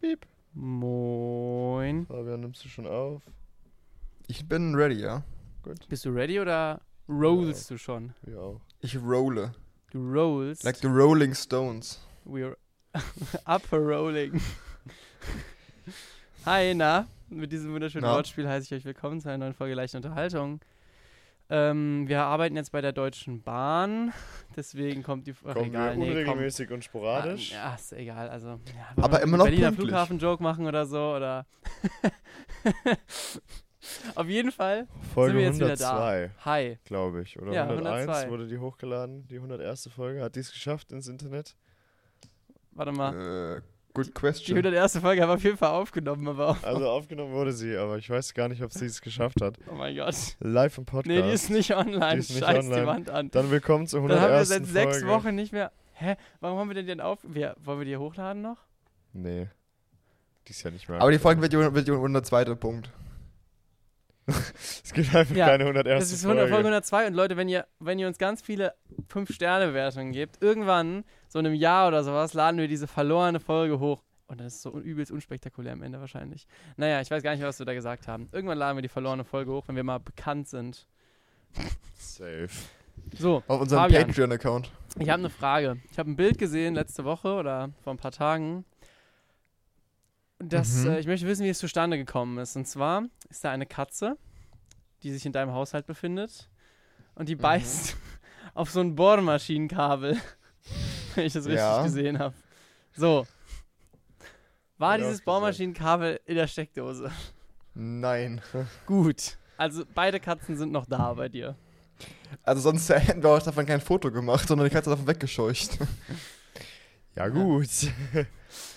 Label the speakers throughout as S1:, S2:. S1: Piep. Moin.
S2: Fabian, nimmst du schon auf?
S3: Ich bin ready, ja.
S2: Gut,
S1: Bist du ready oder rollst du schon?
S2: wir auch.
S3: Ich rolle.
S1: Du rollst.
S3: Like the Rolling Stones.
S1: We're upper rolling. Hi, na? Mit diesem wunderschönen
S3: Na?
S1: Wortspiel heiße ich euch willkommen zu einer neuen Folge Leichte Unterhaltung. Ähm, wir arbeiten jetzt bei der Deutschen Bahn, deswegen kommt die... Ach,
S2: Kommen
S1: egal,
S2: wir
S1: nee, komm.
S2: unregelmäßig und sporadisch.
S1: Ah, ja, ist egal. Also, ja, wollen
S3: Aber
S1: wir
S3: immer noch
S1: Berliner
S3: pünktlich.
S1: Flughafen-Joke machen oder so, oder... Auf jeden Fall.
S2: Folge
S1: sind wir jetzt wieder da.
S2: 102,
S1: Hi.
S2: glaube ich. Oder
S1: Ja,
S2: 101
S1: 102.
S2: wurde die hochgeladen, die 101. Folge. Hat die es geschafft ins Internet?
S1: Warte mal.
S3: Äh, good
S1: Ah. Die
S3: question.
S1: 101. Folge haben wir auf jeden Fall aufgenommen, aber auch.
S2: Also aufgenommen wurde sie, aber ich weiß gar nicht, ob sie es geschafft hat.
S1: Oh mein Gott.
S2: Live im Podcast.
S1: Nee, die ist nicht online.
S2: Die ist nicht
S1: Scheiß die
S2: online.
S1: Wand an.
S2: Dann willkommen zur
S1: Dann
S2: 101.
S1: haben wir seit
S2: Folge.
S1: sechs Wochen nicht mehr. Hä? Warum haben wir denn den auf. Wir, wollen wir die hochladen noch?
S2: Nee. Die ist ja nicht mehr.
S3: Aber die
S2: aktuell.
S3: Folge wird die, wird die unter zweiter Punkt.
S2: Es gibt einfach
S1: Ja,
S2: keine 101.
S1: Das ist 100, Folge
S2: Folge.
S1: 102. Und Leute, wenn ihr, wenn ihr uns ganz viele 5-Sterne-Bewertungen gebt, irgendwann, so in einem Jahr oder sowas, laden wir diese verlorene Folge hoch. Und das ist so übelst unspektakulär am Ende wahrscheinlich. Naja, ich weiß gar nicht, was wir da gesagt haben. Irgendwann laden wir die verlorene Folge hoch, wenn wir mal bekannt sind.
S2: Safe.
S1: So,
S3: Auf unserem
S1: Fabian.
S3: Patreon-Account.
S1: Ich habe eine Frage. Ich habe ein Bild gesehen letzte Woche oder vor ein paar Tagen. Das,
S3: Mhm.
S1: äh, ich möchte wissen, wie es zustande gekommen ist. Und zwar ist da eine Katze, die sich in deinem Haushalt befindet und die
S3: Mhm.
S1: beißt auf so ein Bohrmaschinenkabel, wenn ich das richtig
S3: Ja.
S1: gesehen habe. So. War
S2: Hab ich auch
S1: dieses
S2: gesehen.
S1: Bohrmaschinenkabel in der Steckdose?
S3: Nein.
S1: Gut. Also beide Katzen sind noch da bei dir.
S3: Also sonst hätten wir auch davon kein Foto gemacht, sondern die Katze davon weggescheucht.
S2: Ja, gut.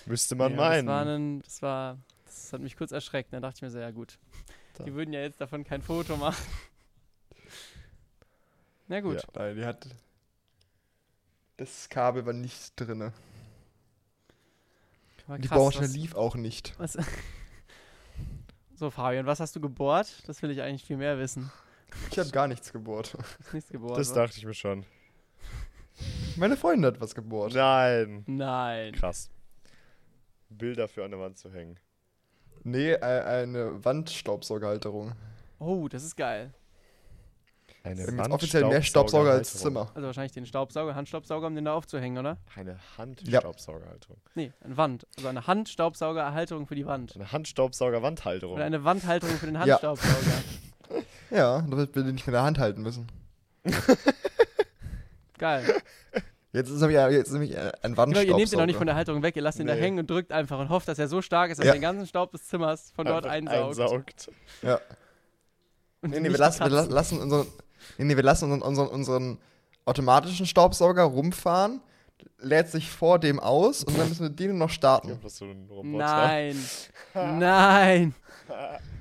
S2: Müsste man
S1: Ja, Das
S2: meinen.
S1: war, ein, das war, das hat mich kurz erschreckt. Dann dachte ich mir so, ja gut,
S2: Da.
S1: die würden ja jetzt davon kein Foto machen. Na gut,
S2: Ja.
S3: Nein, die hat... Das Kabel war nicht drinne.
S1: war
S3: die
S1: krass.
S3: Branche
S1: Was,
S3: lief auch nicht.
S1: was, so Fabian, was hast du gebohrt? Das will ich eigentlich viel mehr wissen.
S3: Ich habe gar nichts gebohrt.
S1: Ist nichts gebohrt.
S2: das
S1: wa?
S2: dachte ich mir schon.
S3: Meine Freundin hat was gebohrt.
S2: Nein.
S1: Nein.
S2: Krass. Bilder für an der Wand zu hängen.
S3: Nee, äh, eine Wandstaubsaugerhalterung.
S1: Oh, das ist geil.
S2: Eine
S3: Da gibt's offiziell mehr Staubsauger als Zimmer.
S1: Also wahrscheinlich den Staubsauger, Handstaubsauger, um den da aufzuhängen, oder?
S2: Eine
S3: Ja.
S2: Handstaubsaugerhalterung.
S1: Nee, eine Wand. Also eine Handstaubsaugerhalterung für die Wand.
S2: Eine Handstaubsaugerwandhalterung.
S1: Oder eine Wandhalterung für den
S3: Ja.
S1: Handstaubsauger.
S3: Ja, damit wir die nicht mit der Hand halten müssen.
S1: Geil.
S3: Jetzt ist nämlich, äh, jetzt ist nämlich ein Wandstaubsauger.
S1: Genau, ihr nehmt den auch nicht von der Halterung weg, ihr lasst ihn da
S2: Nee.
S1: hängen und drückt einfach und hofft, dass er so stark ist, dass
S3: Ja.
S1: er den ganzen Staub des Zimmers von dort
S2: Einfach
S1: einsaugt.
S2: einsaugt.
S3: Ja.
S1: Und
S3: Nee, nee,
S1: nicht
S3: wir lassen, wir
S1: Katzen.
S3: la- lassen unseren, nee, nee, wir lassen unseren, unseren, unseren automatischen Staubsauger rumfahren, lädt sich vor dem aus und dann müssen wir den nur noch
S2: Ich
S3: starten.
S2: hab das so einen Roboter.
S1: Nein. Nein.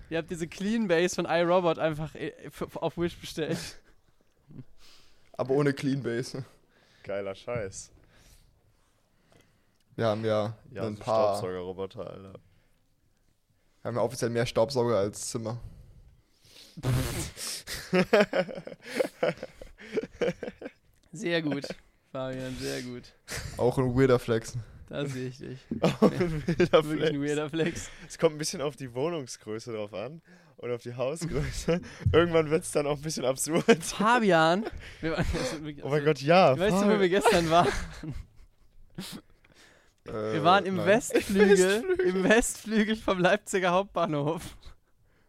S1: ihr habt diese Clean Base von iRobot einfach äh, f- f- auf Wish bestellt.
S3: Aber ohne Clean Base.
S2: Geiler Scheiß.
S3: Wir haben ja,
S2: Ja,
S3: ein
S2: so
S3: paar. Wir
S2: Staubsaugerroboter, Alter.
S3: haben ja offiziell mehr Staubsauger als Zimmer.
S1: Sehr gut, Fabian, sehr gut.
S3: Auch ein weirder Flex.
S1: Da sehe ich dich.
S2: Oh, ein wilder
S1: Wirklich ein
S2: Flex.
S1: weirder Flex.
S2: Es kommt ein bisschen auf die Wohnungsgröße drauf an. Und auf die Hausgröße. Irgendwann wird es dann auch ein bisschen absurd.
S1: Fabian. Wir waren, das ist wirklich
S2: Oh mein Gott, ja.
S1: absurd. Weißt du, wo wir gestern waren?
S3: Äh,
S2: Äh,
S1: Wir waren im Westflügel, im Westflügel vom Leipziger Hauptbahnhof.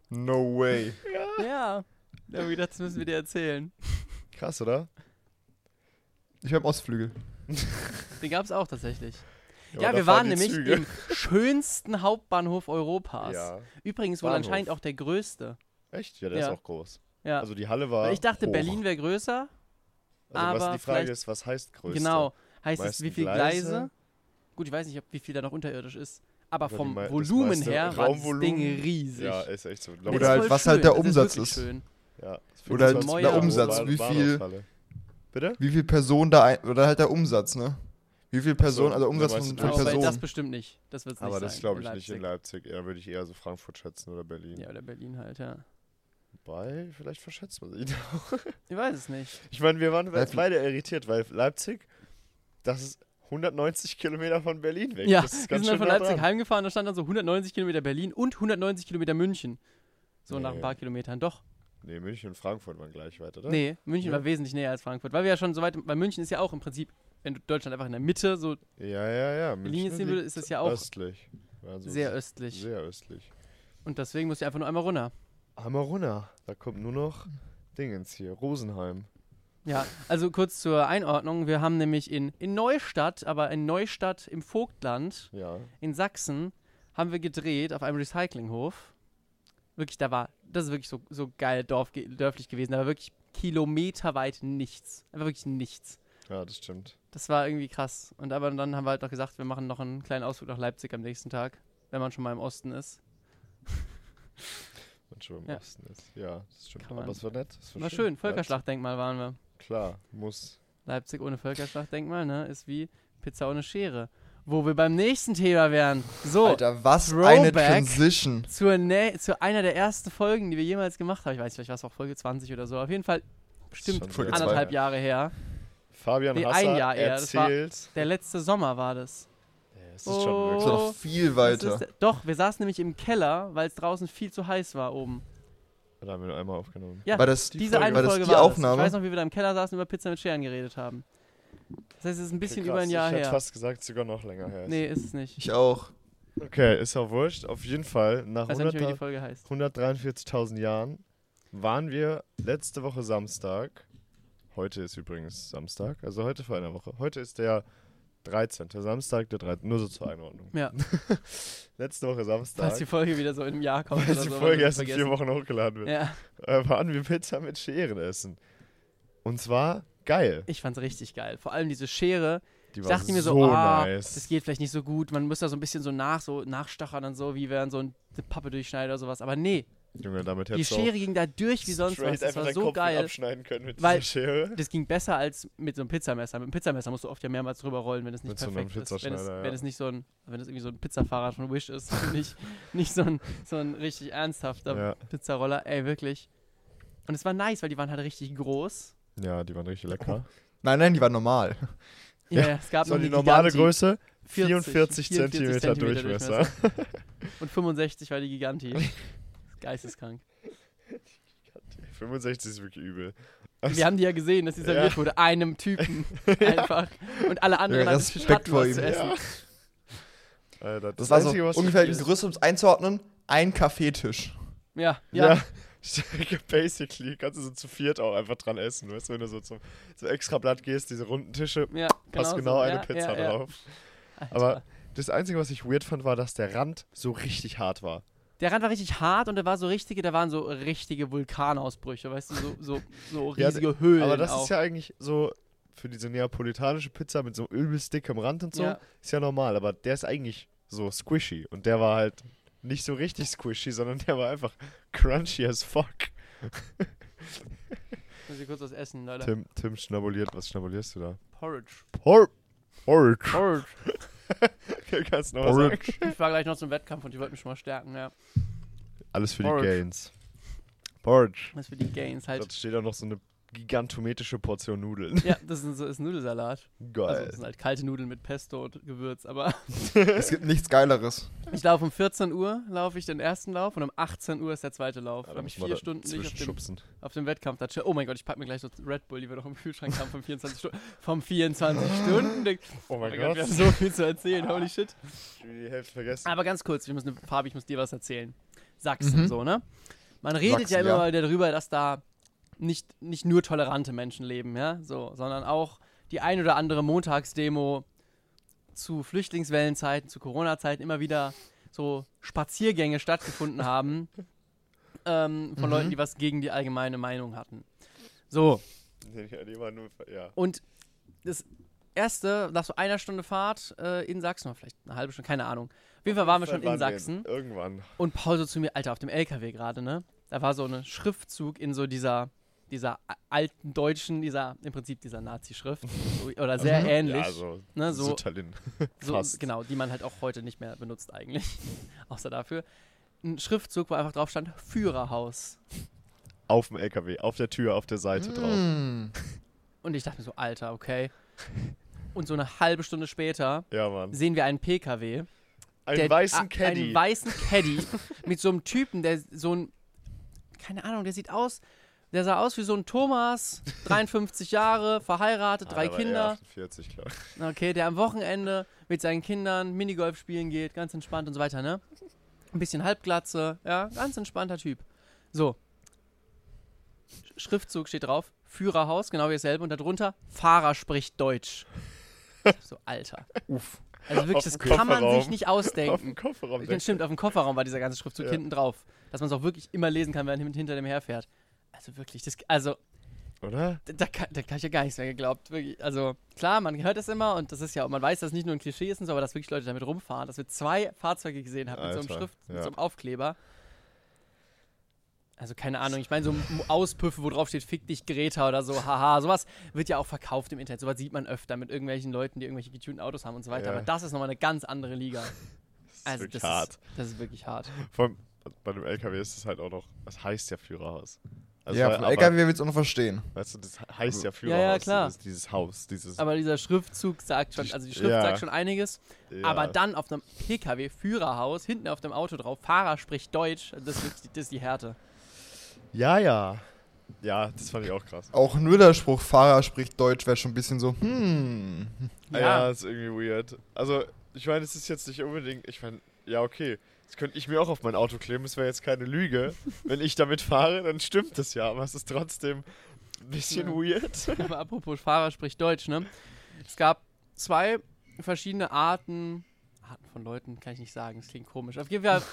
S3: No way.
S1: Ja. Da hab ich gedacht, das müssen wir dir erzählen.
S2: Krass, oder?
S3: Ich war im Ostflügel.
S1: Den gab es auch tatsächlich.
S2: aber
S1: Ja,
S2: da
S1: wir
S2: fahren
S1: waren
S2: die
S1: nämlich
S2: Züge.
S1: im schönsten Hauptbahnhof Europas.
S2: Ja.
S1: Übrigens wohl
S2: Bahnhof.
S1: anscheinend auch der größte.
S2: Echt? Ja, der
S1: Ja.
S2: ist auch groß.
S1: Ja.
S2: Also die Halle war.
S1: Weil ich dachte,
S2: hoch.
S1: Berlin wäre größer.
S2: Also was
S1: aber
S2: die Frage
S1: vielleicht-
S2: ist, was heißt größte?
S1: Genau. Heißt es,
S2: Meisten
S1: wie viel Gleise?
S2: Gleise?
S1: Gut, ich weiß nicht, ob, wie viel da noch unterirdisch ist. Aber
S2: Aber
S1: vom
S2: die mei- das
S1: Volumen
S2: meiste
S1: her war das
S2: Raumvolumen-
S1: Ding riesig.
S2: Ja, ist echt so.
S1: Und
S3: Oder
S1: das ist
S3: halt,
S1: voll
S3: was halt der
S1: das
S3: Umsatz
S1: wirklich
S3: ist.
S1: Schön.
S2: Ja,
S3: Oder
S1: halt der Umsatz,
S3: wie viel-
S2: Bitte?
S3: Wie viel Personen da ein, oder halt der Umsatz, ne? Wie viel Personen, also
S2: du
S3: Umsatz
S2: meinst
S3: von
S2: natürlich
S3: pro
S1: Aber
S2: Person.
S1: Oh, das
S3: Personen.
S1: bestimmt nicht. Das wird es nicht
S2: Aber
S1: sein.
S2: das glaube
S1: in
S2: ich nicht in
S1: Leipzig.
S2: Leipzig. Ja, würde ich eher so Frankfurt schätzen oder Berlin.
S1: Ja, oder Berlin halt, ja.
S2: Wobei, vielleicht verschätzt man sich.
S1: Ich weiß es nicht.
S2: Ich meine, wir waren jetzt
S3: Leipzig-
S2: beide irritiert, weil Leipzig, das ist 190 Kilometer von Berlin weg.
S1: ja,
S2: das ist
S1: wir sind dann
S2: ganz schön
S1: von
S2: nah
S1: Leipzig
S2: dran.
S1: heimgefahren, da stand dann so 190 Kilometer Berlin und 190 Kilometer München. So nach
S2: Nee.
S1: ein paar Kilometern, doch.
S2: Nee, München und Frankfurt waren gleich weit, oder?
S1: Nee, München
S2: Ja.
S1: war wesentlich näher als Frankfurt, weil wir ja schon so weit, weil München ist ja auch im Prinzip, wenn du Deutschland einfach in der Mitte so
S2: Ja, ja, ja.
S1: Linie
S2: München
S1: ziehen würde, ist das ja auch
S2: östlich. Also
S1: sehr östlich.
S2: Sehr östlich.
S1: Und deswegen musst du einfach nur einmal runter.
S2: Amarunna, da kommt nur noch Dingens hier, Rosenheim.
S1: Ja, also kurz zur Einordnung. Wir haben nämlich in, in Neustadt, aber in Neustadt im Vogtland,
S2: Ja.
S1: in Sachsen, haben wir gedreht auf einem Recyclinghof. Wirklich, da war, das ist wirklich so, so geil Dorf, dörflich gewesen. Da war wirklich kilometerweit nichts. Einfach wirklich nichts.
S2: Ja, das stimmt.
S1: Das war irgendwie krass. Und aber dann haben wir halt noch gesagt, wir machen noch einen kleinen Ausflug nach Leipzig am nächsten Tag, wenn man schon mal im Osten ist.
S2: Wenn schon im
S1: Ja.
S2: Osten ist. Ja, das stimmt.
S1: Kann man-
S2: Aber es war nett. Es
S1: War schön,
S2: Leipzig-
S1: Völkerschlachtdenkmal waren wir.
S2: Klar, muss.
S1: Leipzig ohne Völkerschlachtdenkmal, ne, ist wie Pizza ohne Schere. Wo wir beim nächsten Thema wären. So,
S3: Alter, was eine
S1: Throwback.
S3: Transition.
S1: zur Nä zu einer der ersten Folgen, die wir jemals gemacht haben. Ich weiß, vielleicht war es auch Folge 20 oder so. Auf jeden Fall
S2: Schon
S1: bestimmt
S2: Folge zwei.
S1: anderthalb Jahre her.
S2: Fabian
S1: Nee,
S2: Hasser
S1: ein Jahr eher, das war-
S2: erzählt.
S1: Der letzte Sommer war das.
S2: Ja, es ist
S1: Oh.
S2: schon
S3: Das
S2: wirklich.
S3: war noch viel weiter.
S1: Das ist, doch, wir saßen nämlich im Keller, weil es draußen viel zu heiß war oben.
S2: Da haben wir nur einmal aufgenommen.
S1: Ja,
S3: war das die
S1: Diese
S3: Folge?
S1: eine
S3: war das
S1: Folge
S3: die
S1: war
S3: Aufnahme?
S1: Das. Ich weiß noch, wie wir da im Keller saßen und über Pizza mit Scheren geredet haben. Das heißt, es ist ein bisschen
S2: Okay,
S1: über ein
S2: krass.
S1: Jahr
S2: ich hätte
S1: her.
S2: fast gesagt, sogar noch länger her. ist.
S1: Nee, ist es nicht.
S3: Ich auch.
S2: Okay, ist ja wurscht. Auf jeden Fall, nach
S1: Ich weiß auch nicht, mehr, wie die
S2: 100
S1: Folge heißt.
S2: 143.000 Jahren waren wir letzte Woche Samstag. Heute ist übrigens Samstag, also heute vor einer Woche. Heute ist der 13. Samstag, der 13. Nur so zur Einordnung.
S1: Ja.
S2: letzte Woche
S1: Falls die
S2: Samstag,
S1: Folge wieder so in einem Jahr kommt.
S2: weil
S1: oder
S2: die
S1: so,
S2: Folge
S1: wir
S2: erst in vier
S1: vergessen.
S2: Wochen hochgeladen wird,
S1: Ja,
S2: äh, waren wir Pizza mit Scheren essen. Und zwar geil.
S1: ich fand's richtig geil. Vor allem diese Schere.
S2: Die
S1: Ich
S2: war
S1: dachte mir so,
S2: so
S1: ah,
S2: nice.
S1: das geht vielleicht nicht so gut. Man muss da so ein bisschen so nach, so nachstachern und so, wie wenn so ein- eine Pappe durchschneidet oder sowas. Aber nee,
S2: Junge, damit
S1: die
S2: hättest du auch
S1: Schere ging da durch wie sonst
S2: straight
S1: was. Das
S2: einfach
S1: war
S2: deinen
S1: so
S2: Kopf
S1: geil.
S2: abschneiden können mit
S1: Weil-
S2: dieser Schere.
S1: Das ging besser als mit so einem Pizzamesser. Mit einem Pizzamesser musst du oft ja mehrmals drüber rollen, wenn es nicht
S2: Mit so einem
S1: perfekt ist. Wenn es,
S2: Pizzaschneider, ja.
S1: wenn es nicht so ein, wenn es irgendwie so ein Pizzafahrer von Wish ist und nicht, nicht so, ein, so ein richtig ernsthafter
S2: Ja.
S1: Pizzaroller. Ey, wirklich. Und es war nice, weil die waren halt richtig groß.
S2: ja, die waren richtig lecker.
S3: Nein, nein, die war normal.
S1: Ja,
S2: Ja,
S1: es gab
S2: So,
S1: noch
S2: die
S1: eine
S2: normale
S1: Giganti.
S2: Größe,
S1: 40,
S2: 44 cm
S1: 44
S2: Durchmesser.
S1: Und 65 war die Giganti. Geisteskrank.
S2: 65 ist wirklich übel.
S1: Wir haben die ja gesehen, dass die serviert wurde. Einem Typen einfach. Und alle anderen
S3: Ja,
S1: haben sich
S3: Respekt
S1: hatten
S3: vor
S1: was
S3: ihm.
S1: zu essen.
S2: Ja. Alter,
S3: Das war so
S2: Einzige, was-
S3: ungefähr die
S1: ist.
S3: Größe, um es einzuordnen, ein Kaffeetisch.
S1: Ja, ja.
S2: Ja. Basically, kannst du so zu viert auch einfach dran essen, weißt du, wenn du so zum so extra Blatt gehst, diese runden Tische,
S1: ja
S2: passt
S1: so.
S2: genau eine
S1: Ja,
S2: Pizza
S1: ja, ja.
S2: drauf.
S1: Alter.
S2: Aber das Einzige, was ich weird fand, war, dass der Rand so richtig hart war.
S1: der Rand war richtig hart und da war so richtige, da waren so richtige Vulkanausbrüche, weißt du, so, so, so
S2: Ja,
S1: riesige Höhlen.
S2: Aber das
S1: auch.
S2: ist ja eigentlich so für diese neapolitanische Pizza mit so übelst dickem Rand und so,
S1: Ja.
S2: ist ja normal, aber der ist eigentlich so squishy und der war halt nicht so richtig squishy, sondern der war einfach crunchy as fuck.
S1: Muss ich kurz was essen, Leute.
S2: Tim, Tim schnabuliert, was schnabulierst du da?
S1: Porridge.
S2: Por Porridge.
S1: Porridge.
S2: Kannst du noch was sagen?
S3: Porridge.
S1: Ich war gleich noch zum Wettkampf und die wollten mich schon mal stärken, ja.
S2: Alles für
S1: Porridge.
S2: die Gains. Porridge.
S1: Das für die Gains halt.
S2: Dort steht auch noch so eine gigantometrische Portion Nudeln.
S1: Ja, das ist, so- ist Nudelsalat. Also,
S2: Geil.
S1: das sind halt kalte Nudeln mit Pesto und Gewürz. Aber
S3: Es gibt nichts Geileres.
S1: ich laufe um 14 Uhr, laufe ich den ersten Lauf und um 18 Uhr ist der zweite Lauf. Da
S2: Ja, da
S1: habe ich
S2: muss man
S1: vier
S2: da
S1: Stunden nicht auf dem,
S2: zwischenschubsen.
S1: auf dem Wettkampf. Da chill- oh mein Gott, ich packe mir gleich so Red Bull, die wir doch im Kühlschrank haben, vom 24 Stunden. Vom 24 Stunden. Denk-
S2: Oh
S1: Oh mein Gott, Ah. wir haben so viel zu erzählen, holy shit.
S2: Ich will die Hälfte vergessen.
S1: Aber ganz kurz, wir müssen, Fabi, ich muss dir was erzählen. Sachsen,
S3: Mhm.
S1: so, ne? Man redet
S3: Sachsen,
S1: ja immer
S3: ja.
S1: mal wieder darüber, dass da nicht, nicht nur tolerante Menschen leben, ja, so, sondern auch die ein oder andere Montagsdemo zu Flüchtlingswellenzeiten, zu Corona-Zeiten immer wieder so Spaziergänge stattgefunden haben ähm, von
S3: Mhm.
S1: Leuten, die was gegen die allgemeine Meinung hatten. So,
S2: Nee, ja, die war nur, ja.
S1: und das erste, nach so einer Stunde Fahrt äh, in Sachsen, oder vielleicht eine halbe Stunde, keine Ahnung. Auf jeden Fall waren wir schon in
S2: Wann denn?
S1: Sachsen.
S2: Irgendwann.
S1: Und Paul so zu mir, Alter, auf dem LKW gerade, ne? Da war so ein Schriftzug in so dieser, dieser a- alten deutschen, dieser, im Prinzip dieser Nazi-Schrift. So, Oder sehr
S3: Mhm.
S1: ähnlich.
S2: Ja, so,
S1: ne?
S2: so
S1: so,
S2: Tallinn.
S1: so,
S2: fast.
S1: genau, die man halt auch heute nicht mehr benutzt eigentlich. Außer dafür. Ein Schriftzug, wo einfach drauf stand, Führerhaus.
S2: Auf dem
S1: Mm.
S2: LKW, auf der Tür, auf der Seite drauf.
S3: Mm.
S1: Und ich dachte mir so, Alter, okay. Und so eine halbe Stunde später
S2: Ja, Mann.
S1: sehen wir einen PKW.
S2: Einen
S1: der-
S2: weißen
S1: a-
S2: Caddy.
S1: Einen weißen Caddy mit so einem Typen, der so ein, keine Ahnung, der sieht aus, der sah aus wie so ein Thomas, 53 Jahre, verheiratet,
S2: Ah,
S1: drei
S2: da war er
S1: Kinder.
S2: 48, glaub ich.
S1: Okay, der am Wochenende mit seinen Kindern Minigolf spielen geht, ganz entspannt und so weiter, ne? Ein bisschen Halbglatze, ja, ganz entspannter Typ. So. Sch- Schriftzug steht drauf, Führerhaus, genau wie dasselbe, und darunter, Fahrer spricht Deutsch. Ich so, Alter.
S3: Uff.
S1: Also wirklich,
S2: Auf
S1: das
S2: dem
S1: kann man sich
S2: Kofferraum.
S1: nicht
S2: Auf
S1: ausdenken.
S2: dem Kofferraum.
S1: Stimmt, stimmt, auf dem Kofferraum war dieser ganze Schriftzug
S2: Ja.
S1: hinten drauf. Dass man es auch wirklich immer lesen kann, wenn man hinter dem herfährt. Also wirklich, das, also
S2: Oder?
S1: da, da kann- da habe ich ja gar nichts mehr geglaubt. Wirklich. Also klar, man hört das immer und das ist ja, man weiß, dass es nicht nur ein Klischee ist, und so, aber dass wirklich Leute damit rumfahren, dass wir zwei Fahrzeuge gesehen haben mit so einem
S2: Alter,
S1: Schrift, mit
S2: ja.
S1: so einem Aufkleber. Also keine Ahnung, ich meine so Mo- Auspüffe, wo drauf steht, fick dich Greta oder so, haha, sowas wird ja auch verkauft im Internet, sowas sieht man öfter mit irgendwelchen Leuten, die irgendwelche getunten Autos haben und so weiter,
S2: Ja.
S1: aber das ist nochmal eine ganz andere Liga.
S2: Das ist
S1: Also
S2: wirklich
S1: das
S2: hart.
S1: ist, das ist wirklich hart.
S2: Vor allem bei dem LKW ist es halt auch noch, das heißt ja Führerhaus. Also
S3: ja,
S2: weil-
S3: vom
S2: aber,
S3: LKW willst du noch verstehen.
S2: Weißt du, das heißt ja
S1: ja,
S2: Führerhaus.
S1: klar.
S2: Das ist dieses Haus, dieses.
S1: Aber dieser Schriftzug sagt schon,
S2: Die-
S1: also die Schrift
S2: ja.
S1: sagt schon einiges.
S2: ja.
S1: Aber dann auf einem PKW-Führerhaus, hinten auf dem Auto drauf, Fahrer spricht Deutsch, das ist, wirklich- das ist die Härte.
S2: Ja, ja. Ja, das fand ich auch krass.
S3: Auch nur der Spruch, Fahrer spricht Deutsch, wäre schon ein bisschen so, hm.
S2: Ja,
S1: Ja.
S2: ist irgendwie weird. Also, ich meine, es ist jetzt nicht unbedingt. Ich meine, ja, okay. Das könnte ich mir auch auf mein Auto kleben. Es wäre jetzt keine Lüge. Wenn ich damit fahre, dann stimmt das ja. Aber es ist trotzdem ein bisschen
S1: Ja.
S2: weird.
S1: Aber apropos Fahrer spricht Deutsch, ne? Es gab zwei verschiedene Arten, Arten von Leuten, kann ich nicht sagen, das klingt komisch. Auf jeden Fall,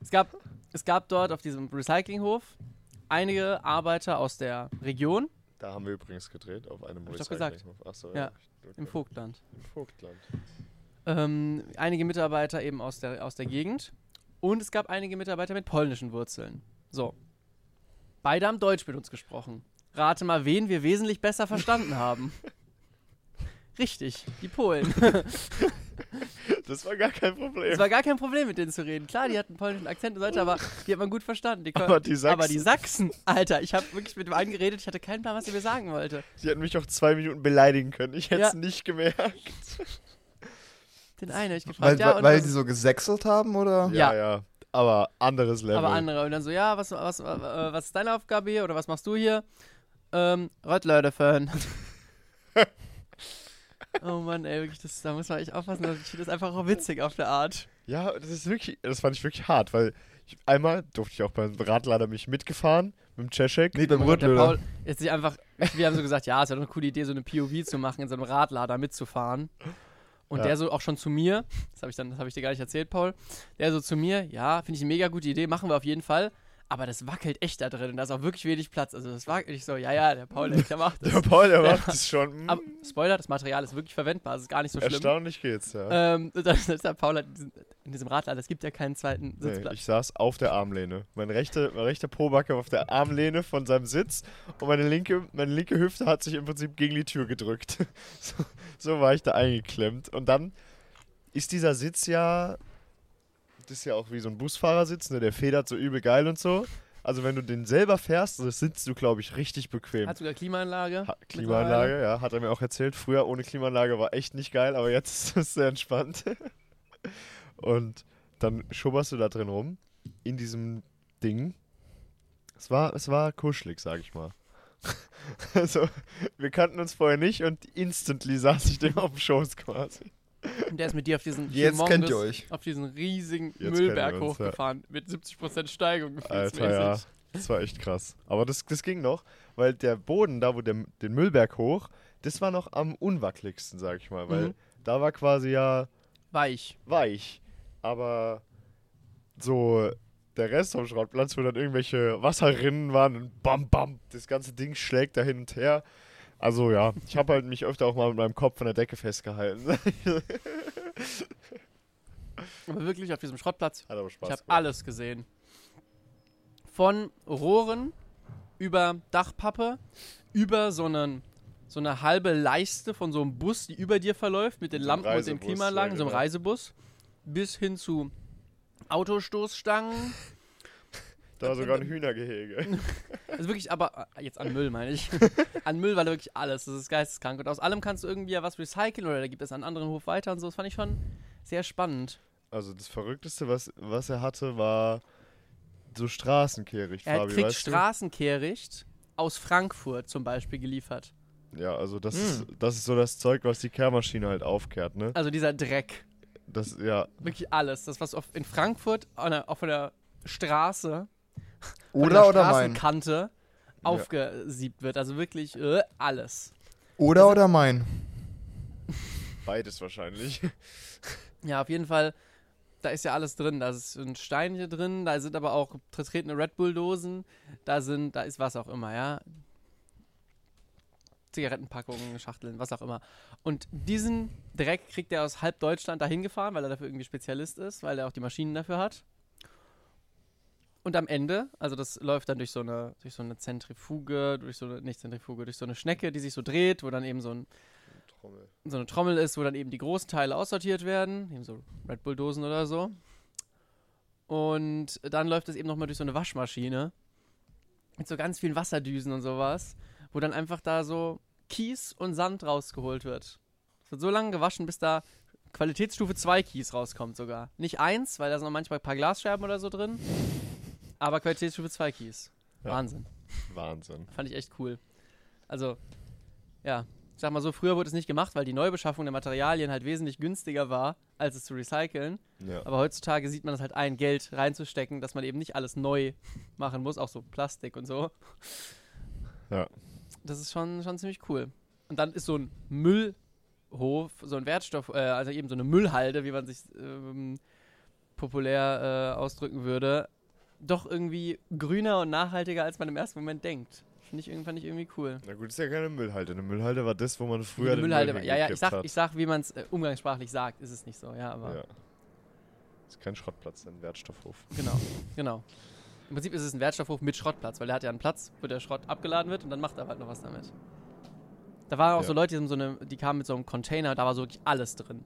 S1: es gab, es gab dort auf diesem Recyclinghof einige Arbeiter aus der Region
S2: Da haben wir übrigens gedreht, auf einem
S1: Hab ich doch gesagt.
S2: Recyclinghof. Ach so,
S1: Ja,
S2: Okay.
S1: im Vogtland.
S2: Im Vogtland.
S1: ähm, einige Mitarbeiter eben aus der, aus der Gegend und es gab einige Mitarbeiter mit polnischen Wurzeln. So. Beide haben Deutsch mit uns gesprochen. Rate mal, wen wir wesentlich besser verstanden haben. Richtig, die Polen.
S2: Das war gar kein Problem.
S1: Es war gar kein Problem, mit denen zu reden. Klar, die hatten polnischen Akzent und so weiter, aber die hat man gut verstanden. Die kon-
S2: Aber die Sachsen.
S1: aber die Sachsen, Alter, ich habe wirklich mit dem einen geredet, ich hatte keinen Plan, was er mir sagen wollte.
S2: Sie hätten mich auch zwei Minuten beleidigen können. Ich hätte es
S1: Ja.
S2: nicht gemerkt.
S1: Den einen habe ich gefragt,
S3: Weil,
S1: ja,
S3: weil,
S1: und
S3: weil
S1: was-
S3: die so gesächselt haben, oder?
S1: Ja.
S2: ja. Aber anderes Level.
S1: Aber andere. Und dann so, ja, was, was, äh, was ist deine Aufgabe hier oder was machst du hier? Ähm, Röttleute-Fan. oh Mann, ey, wirklich, das, da muss man echt aufpassen. Also, Das ist einfach auch witzig auf der Art.
S2: Ja, das ist wirklich, das fand ich wirklich hart, weil ich, einmal durfte ich auch beim Radlader mich mitgefahren, mit dem Czeschek.
S3: Nee, beim
S1: Und der
S3: Rötler.
S1: Paul ist sich einfach, wir haben so gesagt, ja, es wäre doch eine coole Idee, so eine POV zu machen, in so einem Radlader mitzufahren. Und
S2: Ja.
S1: der so auch schon zu mir, das habe ich dann, das habe ich dir gar nicht erzählt, Paul, der so zu mir, ja, finde ich eine mega gute Idee, machen wir auf jeden Fall. Aber das wackelt echt da drin und da ist auch wirklich wenig Platz. Also das wackelt. Ich so, ja, ja, der Paul, der macht das.
S2: Der Paul, der
S1: Ja.
S2: macht es schon. mm,
S1: Aber Spoiler, das Material ist wirklich verwendbar, es ist gar nicht so schlimm.
S2: erstaunlich geht's, ja.
S1: Ähm, und dann ist der Paul hat in diesem- in diesem Radlader, es gibt ja keinen zweiten
S2: Nee,
S1: Sitzplatz.
S2: ich saß auf der Armlehne. Mein rechter mein rechte Pobacke war auf der Armlehne von seinem Sitz und meine linke, meine linke Hüfte hat sich im Prinzip gegen die Tür gedrückt. So, so war ich da eingeklemmt. Und dann ist dieser Sitz ja. Das ist ja auch wie so ein Busfahrersitz, ne? Der federt so übel geil und so. Also, wenn du den selber fährst, also das sitzt du, glaube ich, richtig bequem.
S1: hat sogar Klimaanlage.
S2: Ha Klimaanlage, ja, hat er mir auch erzählt. Früher ohne Klimaanlage war echt nicht geil, aber jetzt ist es sehr entspannt. Und dann schubberst du da drin rum, in diesem Ding. Es war, es war kuschelig, sag ich mal. Also, wir kannten uns vorher nicht und instantly saß ich dem auf dem Schoß quasi.
S1: Und der ist mit dir auf diesen
S3: Jetzt
S1: humongous-
S3: kennt ihr euch.
S1: auf diesen riesigen
S2: kennen
S1: Müllberg
S2: wir uns, ja.
S1: hochgefahren mit 70% Steigung
S2: Alter, ja.
S1: gefühlsmäßig.
S2: Das war echt krass. Aber das, das ging noch, weil der Boden, da wo der, den Müllberg hoch, das war noch am unwackeligsten, sag ich mal, weil
S1: Mhm.
S2: da war quasi ja
S1: Weich.
S2: weich. Aber so der Rest vom Schrottplatz, wo dann irgendwelche Wasserrinnen waren und bam, bam, das ganze Ding schlägt da hin und her. Also ja, ich habe halt mich öfter auch mal mit meinem Kopf von der Decke festgehalten. Hat
S1: Aber wirklich auf diesem Schrottplatz.
S2: aber Spaß
S1: Ich habe
S2: gemacht.
S1: alles gesehen. Von Rohren über Dachpappe, über so, einen, so eine halbe Leiste von so einem Bus, die über dir verläuft, mit den
S2: So ein
S1: Lampen und den
S2: Reisebus,
S1: Klimaanlagen,
S2: ja,
S1: so einem
S2: genau.
S1: Reisebus, bis hin zu Autostoßstangen,
S2: Da war sogar ein Hühnergehege.
S1: Also wirklich, aber äh, jetzt an Müll meine ich. an Müll war da wirklich alles. Das ist geisteskrank. Und aus allem kannst du irgendwie ja was recyceln oder da gibt es an anderen Hof weiter und so. Das fand ich schon sehr spannend.
S2: Also das Verrückteste, was, was er hatte, war so Straßenkehricht,
S1: Er
S2: Fabi,
S1: kriegt
S2: weißt du?
S1: Straßenkehricht aus Frankfurt zum Beispiel geliefert.
S2: Ja, also das,
S1: Hm.
S2: ist, das ist so das Zeug, was die Kehrmaschine halt aufkehrt, ne?
S1: Also dieser Dreck.
S2: Das, ja,
S1: Wirklich alles. Das, was auf, in Frankfurt an der, auf der Straße, von der
S3: Oder oder mein.
S1: Straßenkante aufgesiebt wird. Also wirklich äh, alles.
S3: Oder oder mein.
S2: beides wahrscheinlich.
S1: Ja, auf jeden Fall, da ist ja alles drin. Da sind Steine drin, da sind aber auch zertretene Red Bull-Dosen, da sind, da ist was auch immer, ja. Zigarettenpackungen, Schachteln, was auch immer. Und diesen Dreck kriegt er aus halb Deutschland dahin gefahren, weil er dafür irgendwie Spezialist ist, weil er auch die Maschinen dafür hat. Und am Ende, also das läuft dann durch so eine, durch so eine Zentrifuge, durch so eine, nicht Zentrifuge, durch so eine Schnecke, die sich so dreht, wo dann eben so ein
S2: Trommel.
S1: so eine Trommel ist, wo dann eben die großen Teile aussortiert werden, eben so Red Bull Dosen oder so. Und dann läuft es eben nochmal durch so eine Waschmaschine mit so ganz vielen Wasserdüsen und sowas, wo dann einfach da so Kies und Sand rausgeholt wird. Es wird so lange gewaschen, bis da Qualitätsstufe 2 Kies rauskommt sogar. Nicht 1, weil da sind noch manchmal ein paar Glasscherben oder so drin, aber Qualitätsstufe 2 Kies.
S2: Ja.
S1: Wahnsinn.
S2: Wahnsinn.
S1: Fand ich echt cool. Also, ja, ich sag mal so, früher wurde es nicht gemacht, weil die Neubeschaffung der Materialien halt wesentlich günstiger war, als es zu recyceln.
S2: Ja.
S1: Aber heutzutage sieht man es halt ein, Geld reinzustecken, dass man eben nicht alles neu machen muss, auch so Plastik und so.
S2: Ja.
S1: Das ist schon, schon ziemlich cool. Und dann ist so ein Müllhof, so ein Wertstoff, äh, also eben so eine Müllhalde, wie man sich ähm, populär äh, ausdrücken würde, doch irgendwie grüner und nachhaltiger, als man im ersten Moment denkt. Finde ich irgendwann nicht irgendwie cool.
S2: Na gut, ist ja keine Müllhalde. Eine Müllhalde war das, wo man
S1: Wie
S2: früher
S1: die
S2: den
S1: Müllhalde.
S2: Müll
S1: ja, ja, ich
S2: hingekippt
S1: sag,
S2: hat.
S1: ich sag, wie man es äh, umgangssprachlich sagt, ist es nicht so, ja, aber
S2: Ja. Ist kein Schrottplatz, ein Wertstoffhof.
S1: genau, genau. Im Prinzip ist es ein Wertstoffhof mit Schrottplatz, weil der hat ja einen Platz, wo der Schrott abgeladen wird und dann macht er halt noch was damit. Da waren auch
S2: Ja.
S1: so Leute, die, haben so eine, die kamen mit so einem Container, da war so wirklich alles drin.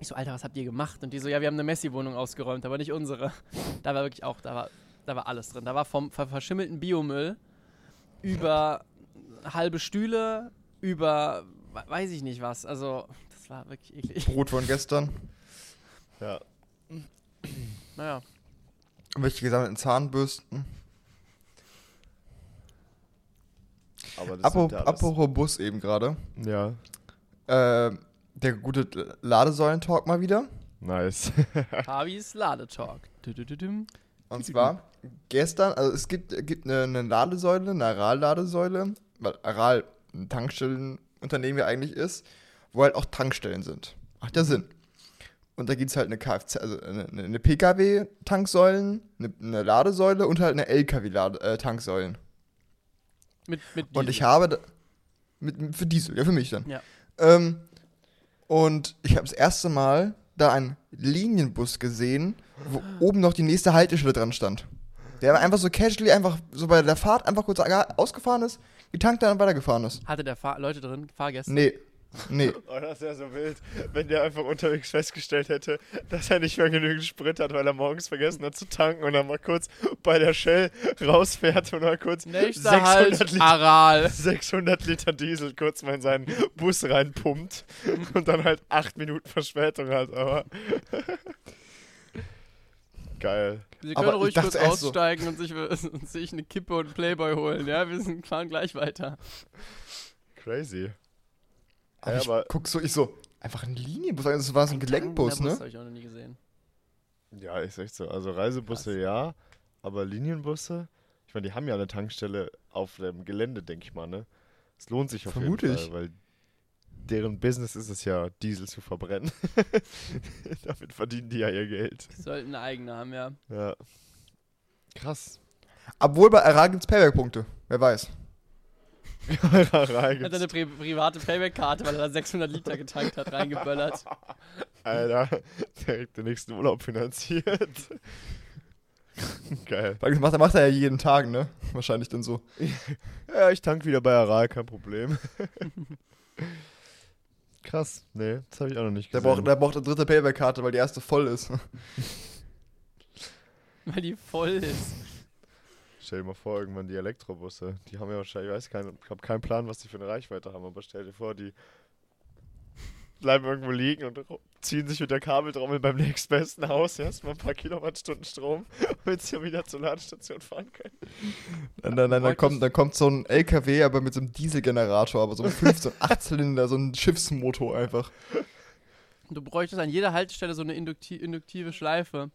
S1: Ich so, Alter, was habt ihr gemacht? Und die so, ja, wir haben eine Messi-Wohnung ausgeräumt, aber nicht unsere. Da war wirklich auch, da war, da war alles drin. Da war vom ver verschimmelten Biomüll über halbe Stühle, über we- weiß ich nicht was. Also, das war wirklich eklig.
S3: Brot von gestern.
S2: Ja.
S1: Naja.
S3: Welche gesammelten Zahnbürsten.
S2: Aber das
S3: Apo,
S2: sind ja alles-
S3: apropos Bus eben gerade.
S2: Ja.
S3: Äh, der gute Ladesäulen-Talk mal wieder.
S2: Nice.
S1: Harveys Ladetalk. Dü-dü-dü-düm.
S3: Und zwar gestern, also es gibt, gibt eine, eine Ladesäule, eine Aral-Ladesäule, weil Aral ein Tankstellenunternehmen ja eigentlich ist, wo halt auch Tankstellen sind. Macht ja Sinn. Und da gibt es halt eine Kfz, also eine, eine- eine Pkw-Tanksäulen, eine, eine Ladesäule und halt eine Lkw-Tanksäulen.
S1: Mit, mit
S3: Und ich
S1: Diesel.
S3: habe da- mit, für Diesel, ja für mich dann.
S1: Ja.
S3: Ähm, und ich habe das erste Mal da einen Linienbus gesehen, wo oben noch die nächste Haltestelle dran stand. Der einfach so casually einfach so bei der Fahrt einfach kurz aga- ausgefahren ist, getankt hat und weitergefahren ist.
S1: Hatte der Fahr Leute drin, Fahrgäste?
S3: Nee. Nee.
S2: Oh, das wäre so wild, wenn der einfach unterwegs festgestellt hätte, dass er nicht mehr genügend Sprit hat, weil er morgens vergessen hat zu tanken und dann mal kurz bei der Shell rausfährt und mal kurz
S1: Nächster
S2: 600,
S1: Halt,
S2: Liter,
S1: Aral.
S2: 600 Liter Diesel kurz mal in seinen Bus reinpumpt und dann halt 8 Minuten Verspätung hat. Aber geil.
S1: Sie
S3: Aber
S1: können
S3: ich
S1: ruhig
S3: dachte
S1: kurz
S3: erst so-
S1: aussteigen und, sich, und sich eine Kippe und Playboy holen. Ja, wir sind, fahren gleich weiter.
S2: Crazy.
S3: Aber
S2: Ja,
S3: ich
S2: aber-
S3: guck so, ich so, einfach ein Linienbus, das war so ein Gelenkbus,
S1: Das
S3: ne?
S1: habe ich auch noch nie gesehen.
S2: Ja, ist echt so. Also Reisebusse
S1: Krass.
S2: ja, aber Linienbusse, ich meine, die haben ja eine Tankstelle auf dem Gelände, denke ich mal, ne? Es lohnt sich auf
S3: Vermute
S2: jeden Fall,
S3: ich.
S2: weil deren Business ist es ja, Diesel zu verbrennen. Damit verdienen die ja ihr Geld.
S1: Die sollten eine eigene haben, ja.
S2: Ja. Krass.
S3: Obwohl bei Aral gibt's Payback-Punkte. Wer weiß.
S2: Rara
S1: Er hat
S2: gibt's-
S1: eine pri private Payback-Karte, weil er da 600 Liter getankt hat, reingeböllert.
S2: Alter, direkt den nächsten Urlaub finanziert. Geil.
S3: Weil das macht, das macht er ja jeden Tag, ne? Wahrscheinlich dann so.
S2: Ja, ich tank wieder bei Aral, kein Problem. Krass. Nee, das habe ich auch noch nicht
S3: Der
S2: gesehen.
S3: braucht, der braucht eine dritte Payback-Karte, weil die erste voll ist.
S1: Weil die voll ist.
S2: Stell dir mal vor, irgendwann die Elektrobusse. Die haben ja wahrscheinlich, ich weiß keinen, ich habe keinen Plan, was die für eine Reichweite haben, aber stell dir vor, die bleiben irgendwo liegen und ru- ziehen sich mit der Kabeltrommel beim nächstbesten Haus erstmal ein paar Kilowattstunden Strom, damit sie wieder zur Ladestation fahren können.
S3: Dann, dann, dann, dann, kommt, dann kommt so ein LKW, aber mit so einem Dieselgenerator, aber so ein 15, 8 Zylinder, so ein Schiffsmotor einfach.
S1: Du bräuchtest an jeder Haltestelle so eine indukti induktive Schleife,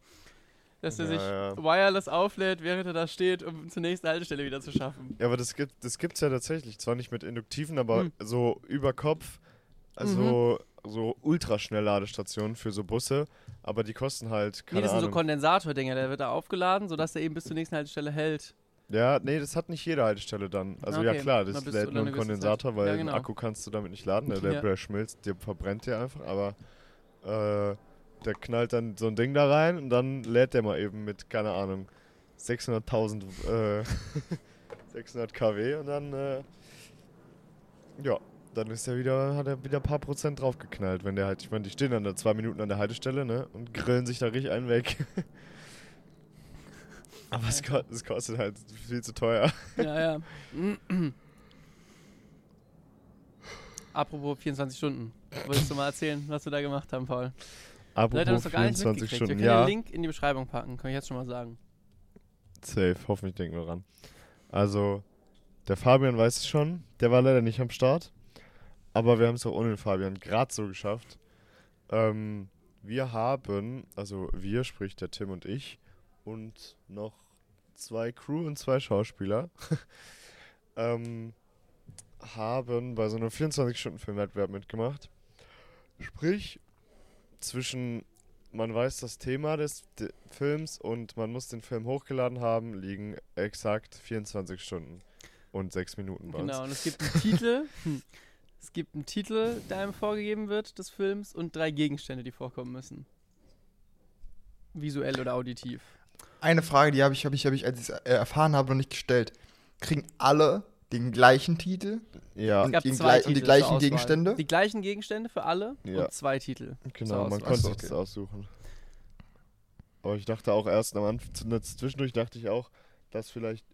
S1: dass er
S2: Ja,
S1: sich
S2: ja.
S1: wireless auflädt, während er da steht, um zur nächsten Haltestelle wieder zu schaffen.
S2: Ja, aber das gibt das gibt's ja tatsächlich. Zwar nicht mit Induktiven, aber
S1: Hm. Mhm.
S2: so über Kopf, also so Ultraschnellladestationen für so Busse, aber die kosten halt
S1: Nee,
S2: keine
S1: das sind so
S2: Ahnung.
S1: Kondensatordinger, der wird da aufgeladen, sodass er eben bis zur nächsten Haltestelle hält.
S2: ja, nee, das hat nicht jede Haltestelle dann. Also ja
S1: Okay,
S2: klar,
S1: dann
S2: das
S1: bist du
S2: lädt
S1: dann
S2: nur ein
S1: eine gewisse
S2: Kondensator,
S1: Zeit.
S2: weil
S1: Ja,
S2: den
S1: genau.
S2: Akku kannst du damit nicht laden, ne? der, der
S1: Ja.
S2: der schmilzt, der verbrennt dir einfach, aber äh, der knallt dann so ein Ding da rein und dann lädt der mal eben mit, keine Ahnung, 600.000 äh, 600 kW und dann äh, ja, dann ist er wieder, hat er wieder ein paar Prozent draufgeknallt, wenn der halt, ich meine, die stehen dann da zwei Minuten an der Haltestelle, ne, und grillen sich da richtig einen weg. Aber es, ko es kostet halt viel zu teuer.
S1: Ja, ja. Apropos 24 Stunden. Wolltest du mal erzählen, was wir da gemacht haben, Paul? Die
S2: Apropos
S1: Leute haben es doch gar nicht mitgekriegt. wir können
S2: ja.
S1: den Link in die Beschreibung packen, kann ich jetzt schon mal sagen.
S2: Safe, hoffentlich denken wir dran. Also, der Fabian weiß es schon, der war leider nicht am Start. Aber wir haben es auch ohne den Fabian gerade so geschafft. Ähm, wir haben, also wir, sprich der Tim und ich, und noch zwei Crew und zwei Schauspieler, ähm, haben bei so einem 24-Stunden-Filmwettbewerb mitgemacht. Sprich, zwischen man weiß das Thema des D Films und man muss den Film hochgeladen haben, liegen exakt 24 Stunden und 6 Minuten bei uns.
S1: Genau, und es gibt einen Titel. Hm. Es gibt einen Titel, der einem vorgegeben wird des Films und drei Gegenstände, die vorkommen müssen. Visuell oder auditiv.
S3: Eine Frage, die habe ich, habe ich, habe ich, als ich es äh, erfahren habe, noch nicht gestellt. Kriegen alle den gleichen Titel
S2: Ja,
S1: Es gab
S3: die
S1: zwei
S3: gleich- und die
S1: Titel zur
S3: gleichen
S1: Auswahl.
S3: Gegenstände?
S1: Die gleichen Gegenstände für alle
S2: Ja.
S1: und zwei Titel.
S2: Genau,
S1: zur Auswahl.
S2: man konnte
S3: Achso,
S2: sich
S3: okay.
S2: das aussuchen. Aber ich dachte auch erst am Anfang, zu- zwischendurch dachte ich auch, dass vielleicht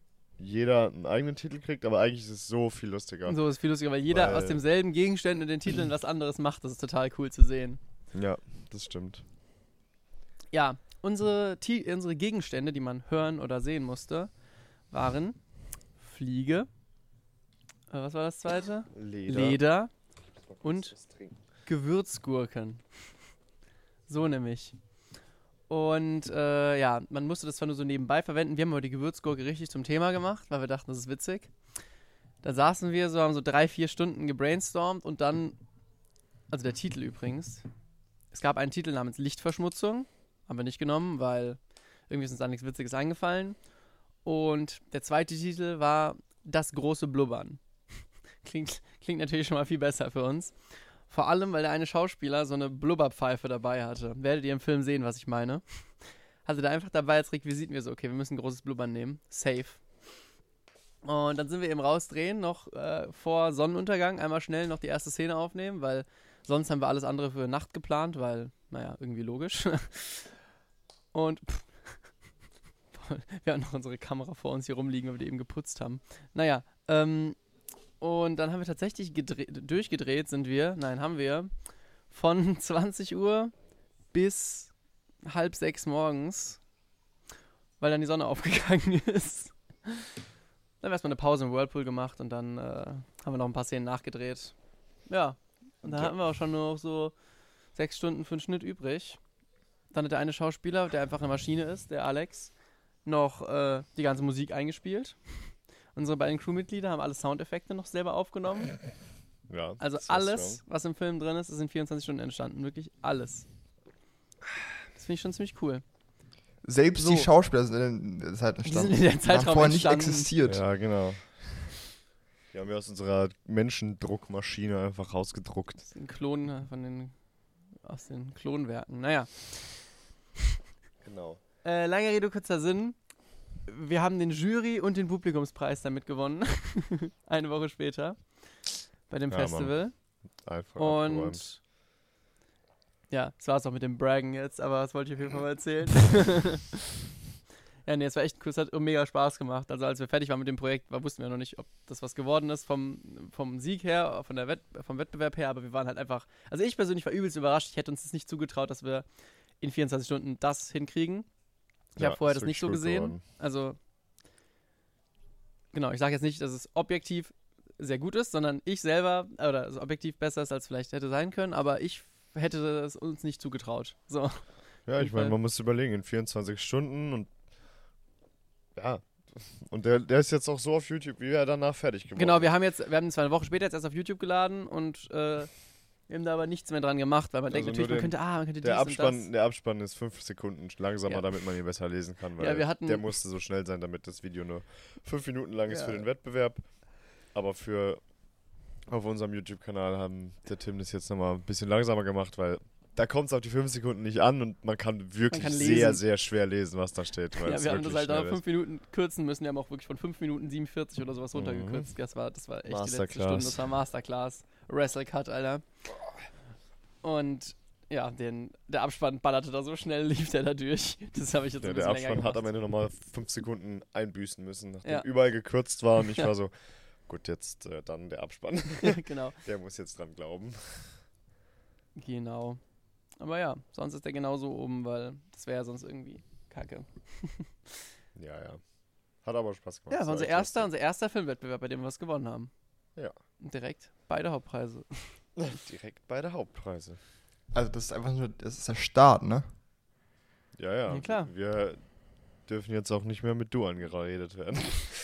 S2: jeder einen eigenen Titel kriegt, aber eigentlich ist es so viel lustiger.
S1: So ist viel lustiger, weil jeder
S2: Weil-
S1: aus demselben Gegenständen und den Titeln was anderes macht. Das ist total cool zu sehen.
S2: Ja, das stimmt.
S1: Ja, unsere, Ti- unsere Gegenstände, die man hören oder sehen musste, waren Fliege. Äh, was war das zweite?
S2: Leder.
S1: Leder, und Gewürzgurken. So nämlich. Und äh, ja, man musste das zwar nur so nebenbei verwenden. Wir haben aber die Gewürzgurke richtig zum Thema gemacht, weil wir dachten, das ist witzig. Da saßen wir so, haben so drei, vier Stunden gebrainstormt und dann, also der Titel übrigens. Es gab einen Titel namens Lichtverschmutzung, haben wir nicht genommen, weil irgendwie ist uns da nichts Witziges eingefallen. Und der zweite Titel war Das große Blubbern. Klingt, klingt natürlich schon mal viel besser für uns. Vor allem, weil der eine Schauspieler so eine Blubberpfeife dabei hatte. Werdet ihr im Film sehen, was ich meine. Hatte da einfach dabei als Requisit mir so, okay, wir müssen großes Blubbern nehmen. Safe. Und dann sind wir eben rausdrehen, noch äh, vor Sonnenuntergang einmal schnell noch die erste Szene aufnehmen, weil sonst haben wir alles andere für Nacht geplant, weil, naja, irgendwie logisch. Und pff, wir haben noch unsere Kamera vor uns hier rumliegen, weil wir die eben geputzt haben. Naja, ähm, und dann haben wir tatsächlich gedreht, durchgedreht, sind wir, nein, haben wir, von 20 Uhr bis halb sechs morgens, weil dann die Sonne aufgegangen ist. Dann haben wir erstmal eine Pause im Whirlpool gemacht und dann äh, haben wir noch ein paar Szenen nachgedreht. Ja, und da
S2: Ja.
S1: hatten wir auch schon nur noch so sechs Stunden für den Schnitt übrig. Dann hat der eine Schauspieler, der einfach eine Maschine ist, der Alex, noch äh, die ganze Musik eingespielt. Unsere beiden Crewmitglieder haben alle Soundeffekte noch selber aufgenommen.
S2: Ja,
S1: Also
S2: das ist
S1: alles,
S2: strong.
S1: was im Film drin ist, ist in 24 Stunden entstanden. Wirklich alles. Das finde ich schon ziemlich cool.
S3: Selbst
S1: So.
S3: die Schauspieler sind in der Zeit
S1: Die
S3: entstanden.
S1: sind in der
S3: Die haben
S1: Zeitraum
S3: vorher nicht
S1: entstanden.
S3: existiert.
S2: Ja, genau. Die haben wir aus unserer Menschendruckmaschine einfach rausgedruckt.
S1: Das sind Klonen äh, von den, aus den Klonwerken. Naja,
S2: Genau.
S1: äh, lange Rede, kurzer Sinn. Wir haben den Jury und den Publikumspreis damit gewonnen. Eine Woche später. Bei dem
S2: Ja, Mann.
S1: Festival.
S2: Einfach abgeräumt.
S1: Und ja, das war's auch mit dem Braggen jetzt, aber das wollte ich auf jeden Fall mal erzählen. Ja, nee, es war echt cool, es hat mega Spaß gemacht. Also als wir fertig waren mit dem Projekt, war, wussten wir noch nicht, ob das was geworden ist vom, vom Sieg her, von der Wett, vom Wettbewerb her, aber wir waren halt einfach, also ich persönlich war übelst überrascht, ich hätte uns das nicht zugetraut, dass wir in 24 Stunden das hinkriegen. Ich
S2: Ja,
S1: habe vorher
S2: ist
S1: das nicht
S2: wirklich
S1: so
S2: gut
S1: gesehen.
S2: geworden.
S1: Also, genau, ich sage jetzt nicht, dass es objektiv sehr gut ist, sondern ich selber, oder es objektiv besser ist, als vielleicht hätte sein können, aber ich hätte es uns nicht zugetraut. So,
S2: Ja, ich
S1: jeden Fall.
S2: meine, man muss überlegen, in 24 Stunden und ja. Und der, der ist jetzt auch so auf YouTube, wie er danach fertig geworden
S1: genau, wir
S2: ist.
S1: haben jetzt, wir haben es zwar eine Woche später jetzt erst auf YouTube geladen und äh, wir haben da aber nichts mehr dran gemacht, weil man denkt
S2: Also nur
S1: natürlich, man
S2: den-
S1: könnte, ah, man könnte
S2: Der
S1: dies
S2: Abspann,
S1: und
S2: der Abspann ist fünf Sekunden langsamer,
S1: Ja.
S2: damit man ihn besser lesen kann, weil
S1: Ja, wir hatten-
S2: der musste so schnell sein, damit das Video nur fünf Minuten lang ist
S1: Ja.
S2: für den Wettbewerb. Aber für auf unserem YouTube-Kanal haben der Tim das jetzt nochmal ein bisschen langsamer gemacht, weil da kommt es auf die fünf Sekunden nicht an und man kann wirklich
S1: kann
S2: sehr,
S1: lesen.
S2: sehr schwer lesen, was da steht. Weil
S1: das.
S2: es
S1: Ja, wir haben das
S2: wirklich
S1: halt auf
S2: schnell ist. Mhm.
S1: fünf Minuten kürzen müssen. Wir haben auch wirklich von fünf Minuten 47 oder sowas runtergekürzt. Das war, das war echt die letzte
S2: Masterclass.
S1: Stunde. Das war Masterclass. Wrestle Cut, Alter. Und ja, den, der Abspann ballerte da so schnell, lief der da durch. Das habe ich jetzt Also
S2: Ja,
S1: ein bisschen
S2: der
S1: länger
S2: Abspann
S1: gemacht.
S2: hat am Ende nochmal fünf Sekunden einbüßen müssen, nachdem
S1: Ja.
S2: überall gekürzt war. Und ich
S1: Ja.
S2: war so, gut, jetzt äh, dann der Abspann.
S1: genau,
S2: der muss jetzt dran glauben.
S1: genau. Aber ja, sonst ist der genauso oben, weil das wäre ja sonst irgendwie kacke.
S2: Ja, ja. Hat aber Spaß gemacht.
S1: Ja, das war
S2: War also
S1: unser
S2: echt
S1: erster, unser erster Filmwettbewerb, bei dem wir was gewonnen haben.
S2: Ja.
S1: Und direkt beide Hauptpreise.
S2: lustig. Direkt beide Hauptpreise.
S3: Also das ist einfach nur, das ist der Start, ne?
S2: Ja, ja.
S1: Ja, klar.
S2: Wir dürfen jetzt auch nicht mehr mit Du angeredet werden.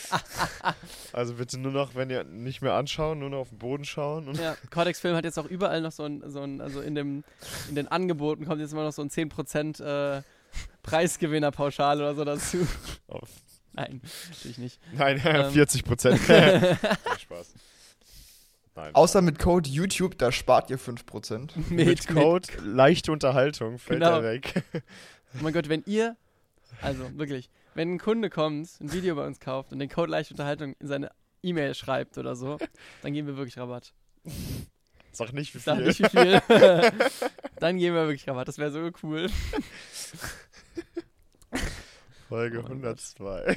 S2: also bitte nur noch, wenn ihr nicht mehr anschauen, nur noch auf den Boden schauen. Und
S1: Ja, Cortex Film hat jetzt auch überall noch so ein, so ein also in, dem, in den Angeboten kommt jetzt immer noch so ein 10% äh, Preisgewinnerpauschale oder so dazu.
S2: auf,
S1: Nein, natürlich nicht.
S2: nein,
S1: Ähm.
S2: 40 Prozent. Spaß. Nein.
S3: Außer mit Code YouTube, da spart ihr 5%.
S2: mit, Code leichte Unterhaltung fällt
S1: Genau.
S2: er weg.
S1: Oh mein Gott, wenn ihr, also wirklich, wenn ein Kunde kommt, ein Video bei uns kauft und den Code leichte Unterhaltung in seine E-Mail schreibt oder so, dann geben wir wirklich Rabatt.
S2: Sag nicht wie
S1: Sag
S2: viel.
S1: nicht wie viel. dann geben wir wirklich Rabatt. Das wäre so cool.
S2: Folge
S1: Oh mein
S2: 102.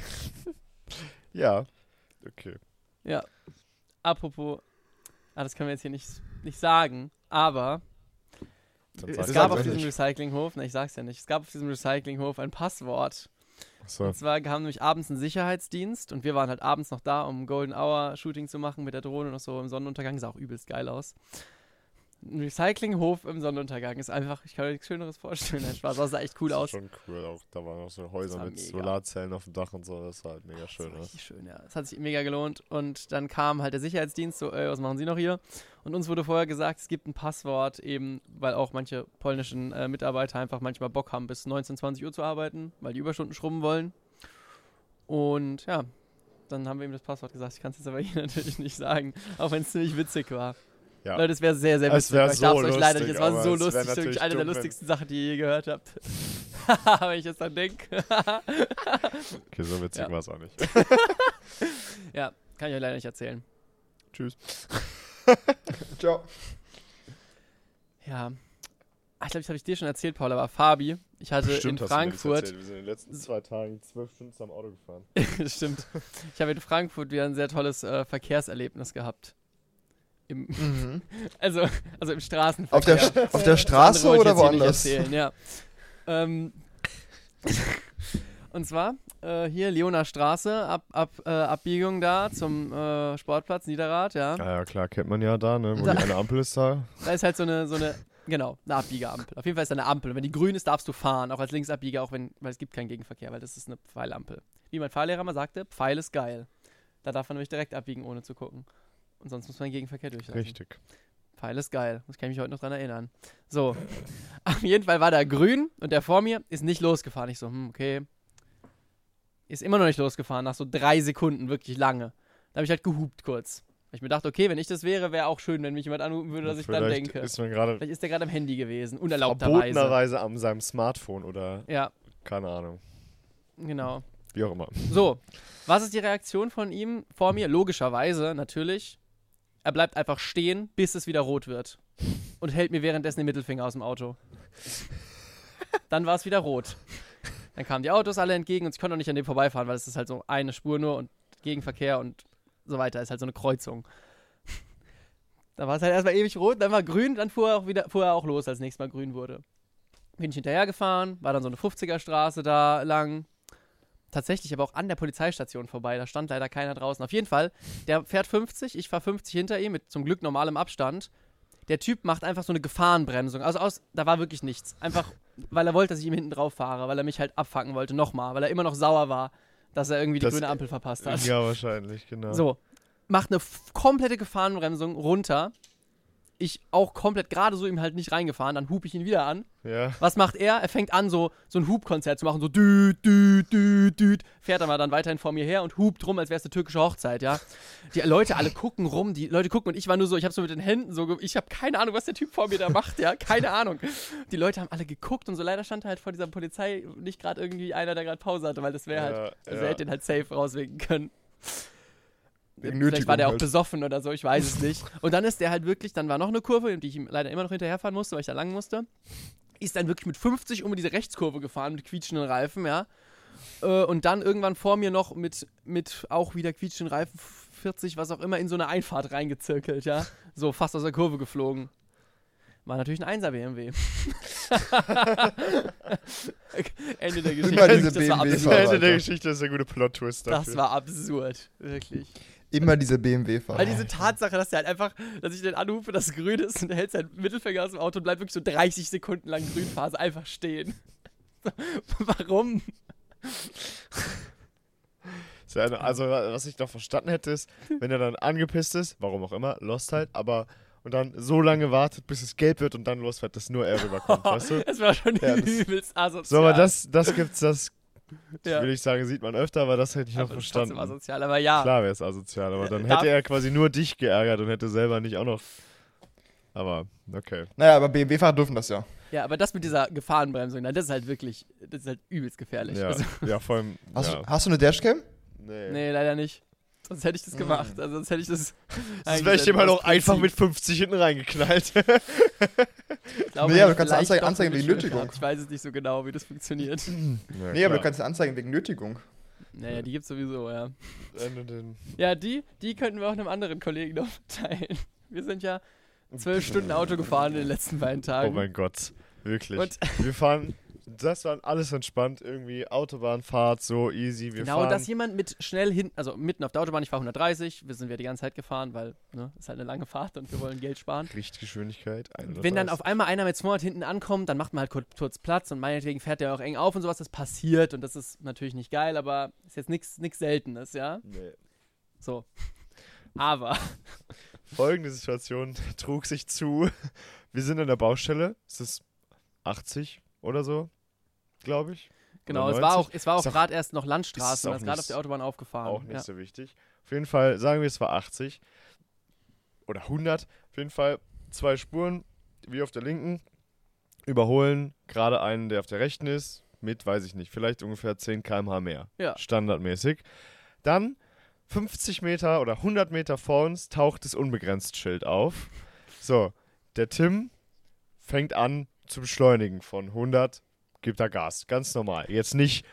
S2: ja. Okay.
S1: Apropos, ah, das können wir jetzt hier nicht, nicht sagen, aber
S2: Dann
S1: es
S2: sag's
S1: gab
S3: doch
S1: auf
S2: einfach
S1: diesem
S2: nicht.
S1: Recyclinghof, ne, ich sag's ja nicht, es gab auf diesem Recyclinghof ein Passwort.
S2: Achso.
S1: Und zwar kam nämlich abends ein Sicherheitsdienst und wir waren halt abends noch da, um Golden Hour Shooting zu machen mit der Drohne noch so im Sonnenuntergang. Sah auch übelst geil aus. Ein Recyclinghof im Sonnenuntergang ist einfach, ich kann mir nichts Schöneres vorstellen. Nein, Spaß, das sah echt cool
S2: Das ist
S1: aus.
S2: Schon cool. Auch, da waren auch so
S1: Das
S2: Häuser
S1: war
S2: mit
S1: mega.
S2: Solarzellen auf dem Dach und so. Das war halt mega
S1: Das
S2: schön.
S1: war
S2: Ne?
S1: richtig schön, ja. Es hat sich mega gelohnt. Und dann kam halt der Sicherheitsdienst, so, ey, was machen Sie noch hier? Und uns wurde vorher gesagt, es gibt ein Passwort, eben, weil auch manche polnischen äh, Mitarbeiter einfach manchmal Bock haben, bis 19, 20 Uhr zu arbeiten, weil die Überstunden schrubben wollen. Und ja, dann haben wir ihm das Passwort gesagt. Ich kann es jetzt aber hier natürlich nicht sagen, auch wenn es ziemlich witzig war.
S2: Ja.
S1: Leute, es wäre sehr, sehr witzig.
S2: Es wär
S1: aber ich
S2: so
S1: darf's euch leider
S2: lustig,
S1: nicht. Es war
S2: aber
S1: so
S2: es wär
S1: lustig, das ist wirklich
S2: natürlich
S1: eine der
S2: dumm, wenn-
S1: lustigsten Sachen, die ihr je gehört habt. wenn ich jetzt dran denke.
S2: Okay, so witzig
S1: Ja.
S2: war es auch nicht.
S1: ja, kann ich euch leider nicht erzählen.
S2: Tschüss.
S3: Ciao.
S1: Ja. Ah, Ich glaube, das habe ich dir schon erzählt, Paul, aber Fabi, ich
S2: Also
S1: hatte in Frankfurt,
S2: Wir sind in den letzten zwei Tagen zwölf Stunden am Auto gefahren.
S1: stimmt, ich habe in Frankfurt wieder ein sehr tolles äh, Verkehrserlebnis gehabt. Im,
S3: Mhm.
S1: also, also im Straßenverkehr.
S3: Auf, der, auf der
S1: Das
S3: Straße
S1: andere wollte
S3: oder
S1: ich jetzt hier nicht
S3: woanders?
S1: Erzählen, ja. ähm, und zwar äh, hier Leoner Straße, ab, ab, äh, Abbiegung da zum äh, Sportplatz Niederrad, ja.
S2: Ja, ja, klar, kennt man ja da, ne? Wo
S1: Da-
S2: die eine Ampel ist da.
S1: Da ist halt so eine, so eine, genau, eine Abbiegerampel. Auf jeden Fall ist da eine Ampel. Und wenn die grün ist, darfst du fahren, auch als Linksabbieger, auch wenn, weil es gibt keinen Gegenverkehr, weil das ist eine Pfeilampel. Wie mein Fahrlehrer mal sagte, Pfeil ist geil. Da darf man nämlich direkt abbiegen, ohne zu gucken. Und sonst muss man den Gegenverkehr durchlassen.
S2: Richtig.
S1: Pfeil ist geil. Das kann ich mich heute noch dran erinnern. So. Auf jeden Fall war da grün und der vor mir ist nicht losgefahren. Ich so, hm, okay. Ist immer noch nicht losgefahren, nach so drei Sekunden, wirklich lange. Da habe ich halt gehupt kurz. Weil ich mir dachte, okay, wenn ich das wäre, wäre auch schön, wenn mich jemand anrufen würde, dass ich dann
S2: Vielleicht
S1: denke.
S2: Ist man gerade
S1: Vielleicht ist der gerade am Handy gewesen, unerlaubterweise.
S2: verbotenerweise an seinem Smartphone oder
S1: Ja,
S2: keine Ahnung.
S1: genau.
S2: Wie auch immer.
S1: So, was ist die Reaktion von ihm vor mir? Logischerweise, natürlich. Er bleibt einfach stehen, bis es wieder rot wird. Und hält mir währenddessen den Mittelfinger aus dem Auto. Dann war es wieder rot. Dann kamen die Autos alle entgegen und ich konnte auch nicht an dem vorbeifahren, weil es ist halt so eine Spur nur und Gegenverkehr und so weiter. Ist halt so eine Kreuzung. da war es halt erstmal ewig rot, dann war grün, dann fuhr er auch wieder, fuhr er auch los, als nächstes Mal grün wurde. Bin ich hinterhergefahren, war dann so eine 50er Straße da lang. Tatsächlich aber auch an der Polizeistation vorbei, da stand leider keiner draußen. Auf jeden Fall, der fährt 50, ich fahre 50 hinter ihm, mit zum Glück normalem Abstand. Der Typ macht einfach so eine Gefahrenbremsung. Also aus, da war wirklich nichts. Einfach, weil er wollte, dass ich ihm hinten drauf fahre, weil er mich halt abfacken wollte, nochmal, weil er immer noch sauer war, dass er irgendwie die
S2: Das-
S1: grüne Ampel verpasst hat.
S2: Ja, wahrscheinlich, genau.
S1: So, macht eine f- komplette Gefahrenbremsung runter. Ich auch komplett gerade so ihm halt nicht reingefahren, dann hupe ich ihn wieder an.
S2: Ja.
S1: Was macht er? Er fängt an, so, so ein Hubkonzert zu machen, so düt, düt, düt, düt. Fährt aber dann weiterhin vor mir her und hupt rum, als wäre es eine türkische Hochzeit, ja. Die Leute alle gucken rum, die Leute gucken und ich war nur so, ich habe so mit den Händen so, ge- ich habe keine Ahnung, was der Typ vor mir da macht, ja, keine Ahnung. Die Leute haben alle geguckt und so leider stand halt vor dieser Polizei nicht gerade irgendwie einer, der gerade Pause hatte, weil das wäre halt,
S2: ja,
S1: also
S2: ja.
S1: er hätte den halt safe rauswinken können.
S3: Wegen
S1: Vielleicht war
S3: Nötigung
S1: der auch
S3: halt.
S1: besoffen oder so, ich weiß es nicht. Und dann ist der halt wirklich, dann war noch eine Kurve, die ich ihm leider immer noch hinterherfahren musste, weil ich da lang musste. Ist dann wirklich mit 50 um diese Rechtskurve gefahren mit quietschenden Reifen, ja. Äh, Und dann irgendwann vor mir noch mit, mit auch wieder quietschenden Reifen 40, was auch immer, in so eine Einfahrt reingezirkelt, ja. So fast aus der Kurve geflogen. War natürlich ein 1er BMW. Ende der Geschichte.
S3: Immer diese
S1: das war
S3: BMW
S1: absurd.
S2: Das
S3: Fahr
S2: Ende
S3: weiter.
S2: der Geschichte ist ein guter Plot-Twist dafür.
S1: Das war absurd, wirklich.
S3: Immer diese BMW-Fahrer.
S2: Oh.
S1: Weil diese Tatsache, dass der halt einfach, dass ich den anhufe, dass es grün ist und er hält seinen Mittelfinger aus dem Auto und bleibt wirklich so 30 Sekunden lang Grünphase einfach stehen. Warum?
S2: Ist ja eine- Also, was ich noch verstanden hätte, ist, wenn er dann angepisst ist, warum auch immer, lost halt, aber und dann so lange wartet, bis es gelb wird und dann losfährt, dass nur er rüberkommt, weißt du?
S1: Das war schon
S2: Ja, das-
S1: übelst asozial.
S2: So, aber das, das gibt's, das
S1: ja.
S2: würde ich sagen, sieht man öfter, aber das hätte ich noch
S1: aber das
S2: verstanden.
S1: war asozial, aber ja.
S2: Klar wäre es asozial, aber dann
S1: Äh, darf-
S2: hätte er quasi nur dich geärgert und hätte selber nicht auch noch. Aber, okay.
S3: Naja, aber BMW-Fahrer dürfen das ja.
S1: Ja, aber das mit dieser Gefahrenbremsung, nein, das ist halt wirklich, das ist halt übelst gefährlich.
S2: Ja,
S1: Also,
S2: ja, vor allem.
S3: Hast,
S2: ja.
S3: du, hast du eine Dashcam?
S2: Nee.
S1: nee, leider nicht. Sonst hätte ich das gemacht. Also sonst hätte ich das.
S2: Mhm. Das wäre ich
S1: eingesetzt,
S2: dem halt
S1: aus
S2: auch einfach
S1: Prinzip.
S2: mit 50 hinten reingeknallt.
S1: Ich glaube,
S3: Nee, aber du
S1: ich vielleicht
S3: kannst Anzeige-
S1: doch
S3: Anzeige
S1: mitgeschuldet
S3: wegen Nötigung.
S1: hab. Ich weiß es nicht so genau, wie das funktioniert.
S2: ja,
S3: nee, aber du kannst anzeigen wegen Nötigung.
S1: Naja, die gibt's sowieso, ja.
S2: kannst.
S1: Ja, die, die könnten wir auch einem anderen Kollegen noch verteilen. Wir sind ja zwölf Stunden Auto gefahren in den letzten beiden
S2: Oh
S1: Tagen.
S2: mein Gott, wirklich.
S1: Und-
S2: Wir fahren, das war alles entspannt irgendwie, Autobahnfahrt, so easy. Wir
S1: genau,
S2: fahren,
S1: dass jemand mit schnell hinten, also mitten auf der Autobahn, ich war 130, wir sind ja die ganze Zeit gefahren, weil, ne, ist halt eine lange Fahrt und wir wollen Geld sparen.
S2: Richtgeschwindigkeit.
S1: Wenn dann auf einmal einer mit 200 hinten ankommt, dann macht man halt kurz, kurz Platz und meinetwegen fährt der auch eng auf und sowas, das passiert und das ist natürlich nicht geil, aber ist jetzt nichts Seltenes, ja?
S2: Nee.
S1: So. Aber,
S2: Folgende Situation trug sich zu. Wir sind an der Baustelle, es ist 80 oder so, glaube ich.
S1: genau,
S2: Oder
S1: es war
S2: 90?
S1: auch, es war auch
S2: Ist auch-
S1: gerade erst noch
S2: ist
S1: Landstraße
S2: auch
S1: und das gerade
S2: nicht-
S1: auf der Autobahn aufgefahren.
S2: Auch nicht
S1: ja.
S2: so wichtig. Auf jeden Fall sagen wir, es war 80 oder 100. Auf jeden Fall zwei Spuren, wie auf der linken. Überholen gerade einen, der auf der rechten ist, mit, weiß ich nicht, vielleicht ungefähr 10 km/h mehr.
S1: Ja.
S2: Standardmäßig. Dann 50 Meter oder 100 Meter vor uns taucht das Unbegrenzt-Schild auf. So, der Tim fängt an zu beschleunigen von 100, gibt er Gas, ganz normal. Jetzt nicht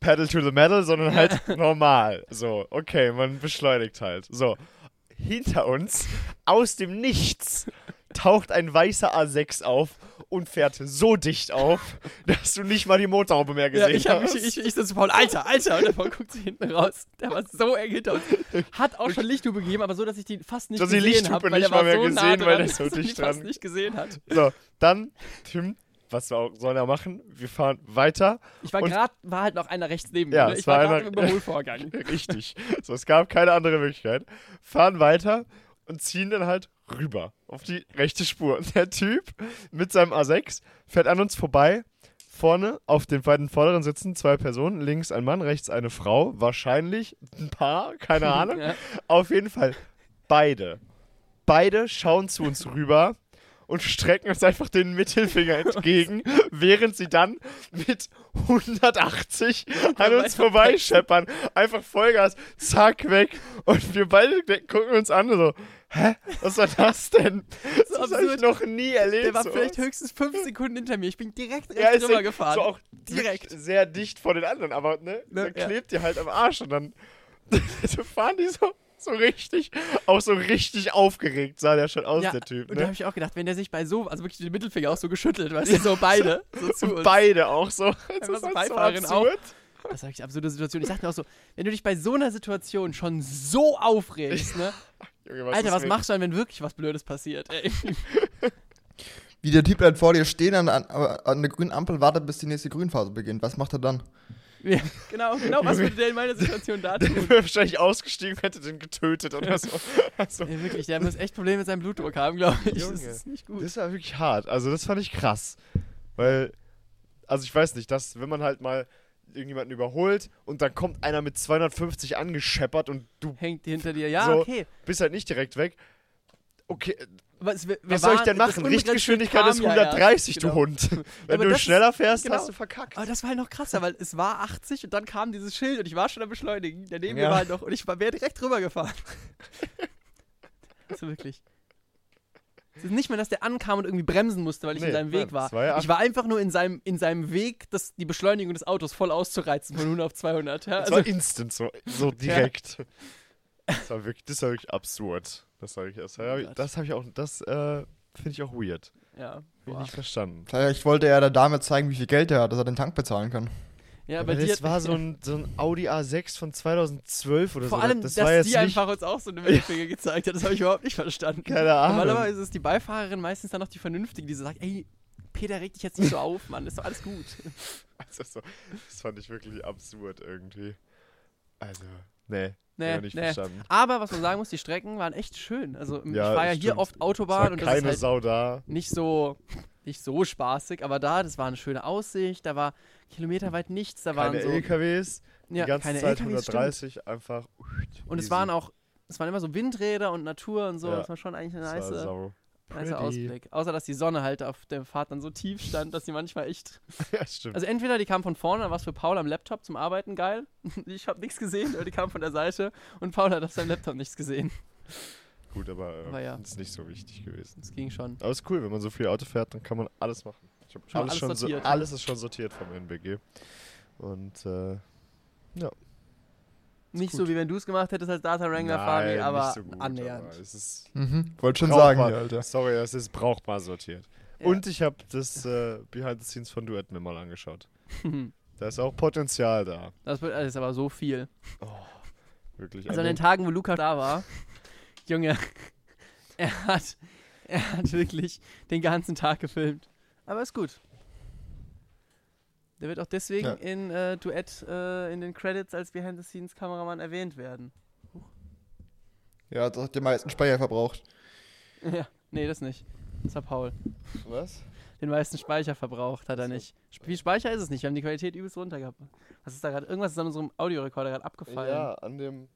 S2: Pedal to the Metal, sondern halt normal. So, okay, man beschleunigt halt. So, hinter uns, aus dem Nichts, taucht ein weißer A6 auf und fährt so dicht auf, dass du nicht mal die Motorhaube mehr
S1: Ja,
S2: gesehen
S1: ich, hab,
S2: hast.
S1: ich, ich, ich so zu Paul, Alter, Alter. Und der Paul guckt sich hinten raus. Der war so eng hinter uns. Hat auch schon Lichthupe gegeben, aber so, dass ich die fast nicht
S2: Dass die
S1: gesehen
S2: Lichthupe
S1: habe. Weil der
S2: nicht
S1: war
S2: mal mehr
S1: so nah
S2: gesehen, weil
S1: dran,
S2: der so
S1: dass man die
S2: dicht
S1: fast
S2: dran-
S1: nicht gesehen hat.
S2: So, dann, Tim, was wir auch- soll er machen? Wir fahren weiter.
S1: Ich war
S2: Und-
S1: gerade, war halt noch einer rechts neben
S2: Ja,
S1: mir. ne?
S2: es
S1: Ich war,
S2: war
S1: gerade
S2: einer-
S1: im Überholvorgang.
S2: Richtig. So, es gab keine andere Möglichkeit. Fahren weiter und ziehen dann halt rüber auf die rechte Spur. Und der Typ mit seinem A6 fährt an uns vorbei. Vorne auf den beiden vorderen sitzen zwei Personen, links ein Mann, rechts eine Frau, wahrscheinlich ein Paar, keine Ahnung.
S1: Ja.
S2: Auf jeden Fall beide. Beide schauen zu uns rüber und strecken uns einfach den Mittelfinger entgegen, während sie dann mit 180 an uns vorbeischeppern. Einfach Vollgas, zack, weg. Und wir beide de- gucken uns an und so, hä? Was war das denn?
S1: So
S2: das habe ich
S1: absurd.
S2: noch nie erlebt.
S1: Der war
S2: so
S1: vielleicht
S2: was.
S1: höchstens fünf Sekunden hinter mir. Ich bin direkt rechts
S2: ja, ist
S1: drüber
S2: ja
S1: gefahren.
S2: So auch
S1: Direkt.
S2: direkt. Sehr dicht vor den anderen, aber ne,
S1: Ne,
S2: dann
S1: ja.
S2: klebt ihr halt am Arsch und dann so fahren die so, so richtig, auch so richtig aufgeregt sah der schon aus,
S1: ja,
S2: der Typ.
S1: Und da habe
S2: Ne?
S1: ich auch gedacht, wenn der sich bei so, also wirklich den Mittelfinger auch so geschüttelt, weißt du, so beide, so zu
S2: Und
S1: uns.
S2: beide auch so.
S1: war
S2: Das ist
S1: so
S2: halt so
S1: Beifahrerin auch.
S2: absurd.
S1: Das war wirklich eine absurde Situation. Ich dachte mir auch so, wenn du dich bei so einer Situation schon so aufregst, ne?
S2: Junge,
S1: Alter,
S2: ist
S1: was
S2: mit-
S1: machst du dann, wenn wirklich was Blödes passiert? Ey.
S3: Wie der Typ bleibt vor dir stehen an, an, an der grünen Ampel, wartet, bis die nächste Grünphase beginnt. Was macht er dann?
S1: Ja, genau, genau, was würde der in meiner Situation da
S2: Der
S1: tun?
S2: wäre wahrscheinlich ausgestiegen, hätte den getötet oder so. Also,
S1: Ey, wirklich, der muss echt Probleme mit seinem Blutdruck haben, glaube ich. Das
S2: Junge.
S1: ist nicht gut.
S2: das war wirklich hart. Also, das fand ich krass. Weil, also, ich weiß nicht, dass, wenn man halt mal irgendjemanden überholt und dann kommt einer mit 250 angescheppert und du
S1: Hängt hinter dir. Ja,
S2: So.
S1: okay.
S2: bist halt nicht direkt weg. Okay,
S1: Was, wir, wir
S2: was soll ich
S1: waren-
S2: denn
S1: das
S2: machen?
S1: unbegrenzte
S2: Richtgeschwindigkeit
S1: kam
S2: ist
S1: ja, ja.
S2: 130,
S1: Genau.
S2: du Hund. Wenn
S1: aber
S2: du
S1: das ist-
S2: schneller fährst,
S1: genau.
S2: hast du Ah, verkackt.
S1: Aber das war halt noch krasser, weil es war 80 und dann kam dieses Schild und ich war schon am Beschleunigen. Daneben mir
S3: Ja.
S1: war halt noch und ich war wäre direkt drüber gefahren. also wirklich. Es ist nicht mehr, dass der ankam und irgendwie bremsen musste, weil ich in
S2: Nee,
S1: seinem Weg
S2: nein,
S1: war.
S2: es war ja
S1: ich war einfach nur in seinem, in seinem Weg, das, die Beschleunigung des Autos voll auszureizen von 100 auf 200. Ja?
S2: das
S1: Also,
S2: war instant, so, so direkt. Das, war wirklich, das war wirklich absurd. Das sage ich erst. Das habe ich,
S1: Oh Gott.
S2: das hab ich auch, das äh, finde ich auch weird.
S1: ja.
S2: Hab ich
S1: Boah.
S2: nicht verstanden.
S3: Vielleicht wollte er der Dame zeigen, wie viel Geld er hat, dass er den Tank bezahlen kann.
S1: ja,
S2: Aber
S1: aber die
S2: das
S1: hat-
S2: war so ein, so ein Audi A6 von 2012 oder
S1: Vor
S2: so.
S1: allem,
S2: das war
S1: dass
S2: jetzt
S1: die
S2: nicht,
S1: einfach uns auch so eine Mittelfinger gezeigt hat, das habe ich überhaupt nicht verstanden.
S2: Keine Ahnung.
S1: Normalerweise ist die Beifahrerin meistens dann noch die Vernünftige, die so sagt, ey, Peter, reg dich jetzt nicht so auf, Mann, ist doch alles gut.
S2: Also so, das fand ich wirklich absurd irgendwie. Also, nee,
S1: Nee,
S2: hab ich nicht
S1: nee.
S2: verstanden.
S1: Aber was man sagen muss, die Strecken waren echt schön. Also ich
S2: Ja,
S1: war ja hier
S2: stimmt.
S1: oft
S2: Es
S1: Autobahn
S2: war
S1: und das ist
S2: keine
S1: halt
S2: Sau da.
S1: nicht so nicht so spaßig, aber da, das war eine schöne Aussicht, da war kilometerweit nichts, da waren
S2: Keine
S1: so
S2: LKWs.
S1: ja,
S2: die ganze
S1: keine
S2: Zeit
S1: LKWs, stimmt.
S2: 130 einfach.
S1: Und es waren auch, es waren immer so Windräder und Natur und so,
S2: Ja,
S1: das war schon eigentlich eine
S2: nice.
S1: nice,
S2: Sau
S1: nicer
S2: pretty.
S1: Ausblick. Außer, dass die Sonne halt auf der Fahrt dann so tief stand, dass sie manchmal echt
S2: ja, stimmt.
S1: Also entweder die kam von vorne, dann war es für Paul am Laptop zum Arbeiten geil. Ich habe nichts gesehen, oder die kam von der Seite und Paul hat auf seinem Laptop nichts gesehen.
S2: Gut, aber, äh,
S1: Aber ja.
S2: ist nicht so wichtig gewesen.
S1: Das ging schon.
S2: Aber ist cool, wenn man so viel Auto fährt, dann kann man alles machen. Ich hab
S1: Schon
S2: alles,
S1: alles
S2: schon
S1: sortiert.
S2: So, alles ist schon sortiert vom NBG. Und äh,
S1: Nicht
S2: gut.
S1: so wie wenn du es gemacht hättest als Data Wrangler Fabi,
S2: nein,
S1: aber
S2: nicht so gut,
S1: annähernd.
S2: aber es ist
S3: Mhm. Wollte schon
S2: brauchbar.
S3: sagen, hier, Alter.
S2: Sorry, das ist brauchbar sortiert.
S1: Ja.
S2: Und ich habe das äh, Behind the Scenes von Duett mir mal angeschaut. Da ist auch Potenzial da.
S1: das wird alles aber so viel.
S2: Wirklich.
S1: Also
S2: An
S1: an den
S2: dem-
S1: Tagen, wo Luca da war, Junge, er hat, er hat wirklich den ganzen Tag gefilmt. Aber ist gut. Der wird auch deswegen
S3: Ja.
S1: in äh, Duett äh, in den Credits als Behind-the-Scenes-Kameramann erwähnt werden.
S3: Ja, das hat den meisten Speicher verbraucht.
S1: Ja, nee, das nicht. Das war Paul.
S3: Was?
S1: Den meisten Speicher verbraucht hat er nicht. Sp- Viel Speicher ist es nicht. Wir haben die Qualität übelst runter gehabt. Was ist da gerade? Irgendwas ist an unserem Audiorekorder gerade abgefallen.
S2: Ja, an dem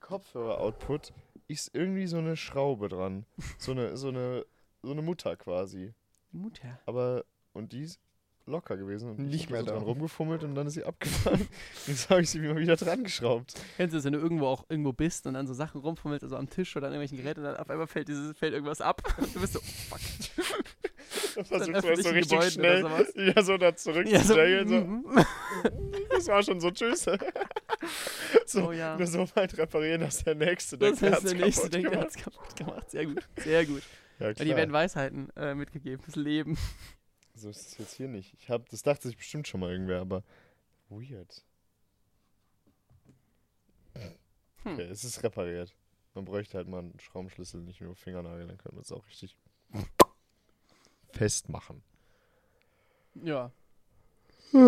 S2: Kopfhörer-Output ist irgendwie so eine Schraube dran. So eine, so eine, so eine Mutter quasi.
S1: Die Mutter.
S2: Aber, und die ist locker gewesen. Und ich
S3: Nicht
S2: hab
S3: mehr
S2: so
S3: da.
S2: dran rumgefummelt und dann ist sie abgefallen. Jetzt habe ich sie immer wieder dran geschraubt.
S1: Kennst du das, wenn du irgendwo auch irgendwo bist und dann so Sachen rumfummelst, also am Tisch oder an irgendwelchen Geräten und dann auf einmal fällt, dieses, fällt irgendwas ab und du bist so, fuck.
S2: Dann versuchst du das so
S1: öffentlichen
S2: richtig
S1: Gebäuden oder
S2: schnell
S1: sowas.
S2: wieder so da zurückzustellt.
S1: mhm.
S2: so, Das war schon so, tschüss. so,
S1: Oh ja.
S2: Nur so weit reparieren, dass der Nächste
S1: das
S2: denkt, der
S1: ist
S2: hat's
S1: der nächste,
S2: kaputt
S1: denkt, der
S2: gemacht.
S1: hat's kaputt gemacht. Sehr gut, sehr gut.
S2: Ja,
S1: Ja,
S2: klar.
S1: die werden Weisheiten äh, mitgegeben fürs Leben.
S2: So ist es jetzt hier nicht. Ich hab, das dachte sich bestimmt schon mal irgendwer, aber weird.
S1: Hm.
S2: Okay, es ist repariert. Man bräuchte halt mal einen Schraubenschlüssel, nicht nur Fingernagel, dann könnte man es auch richtig festmachen.
S1: Ja.
S2: So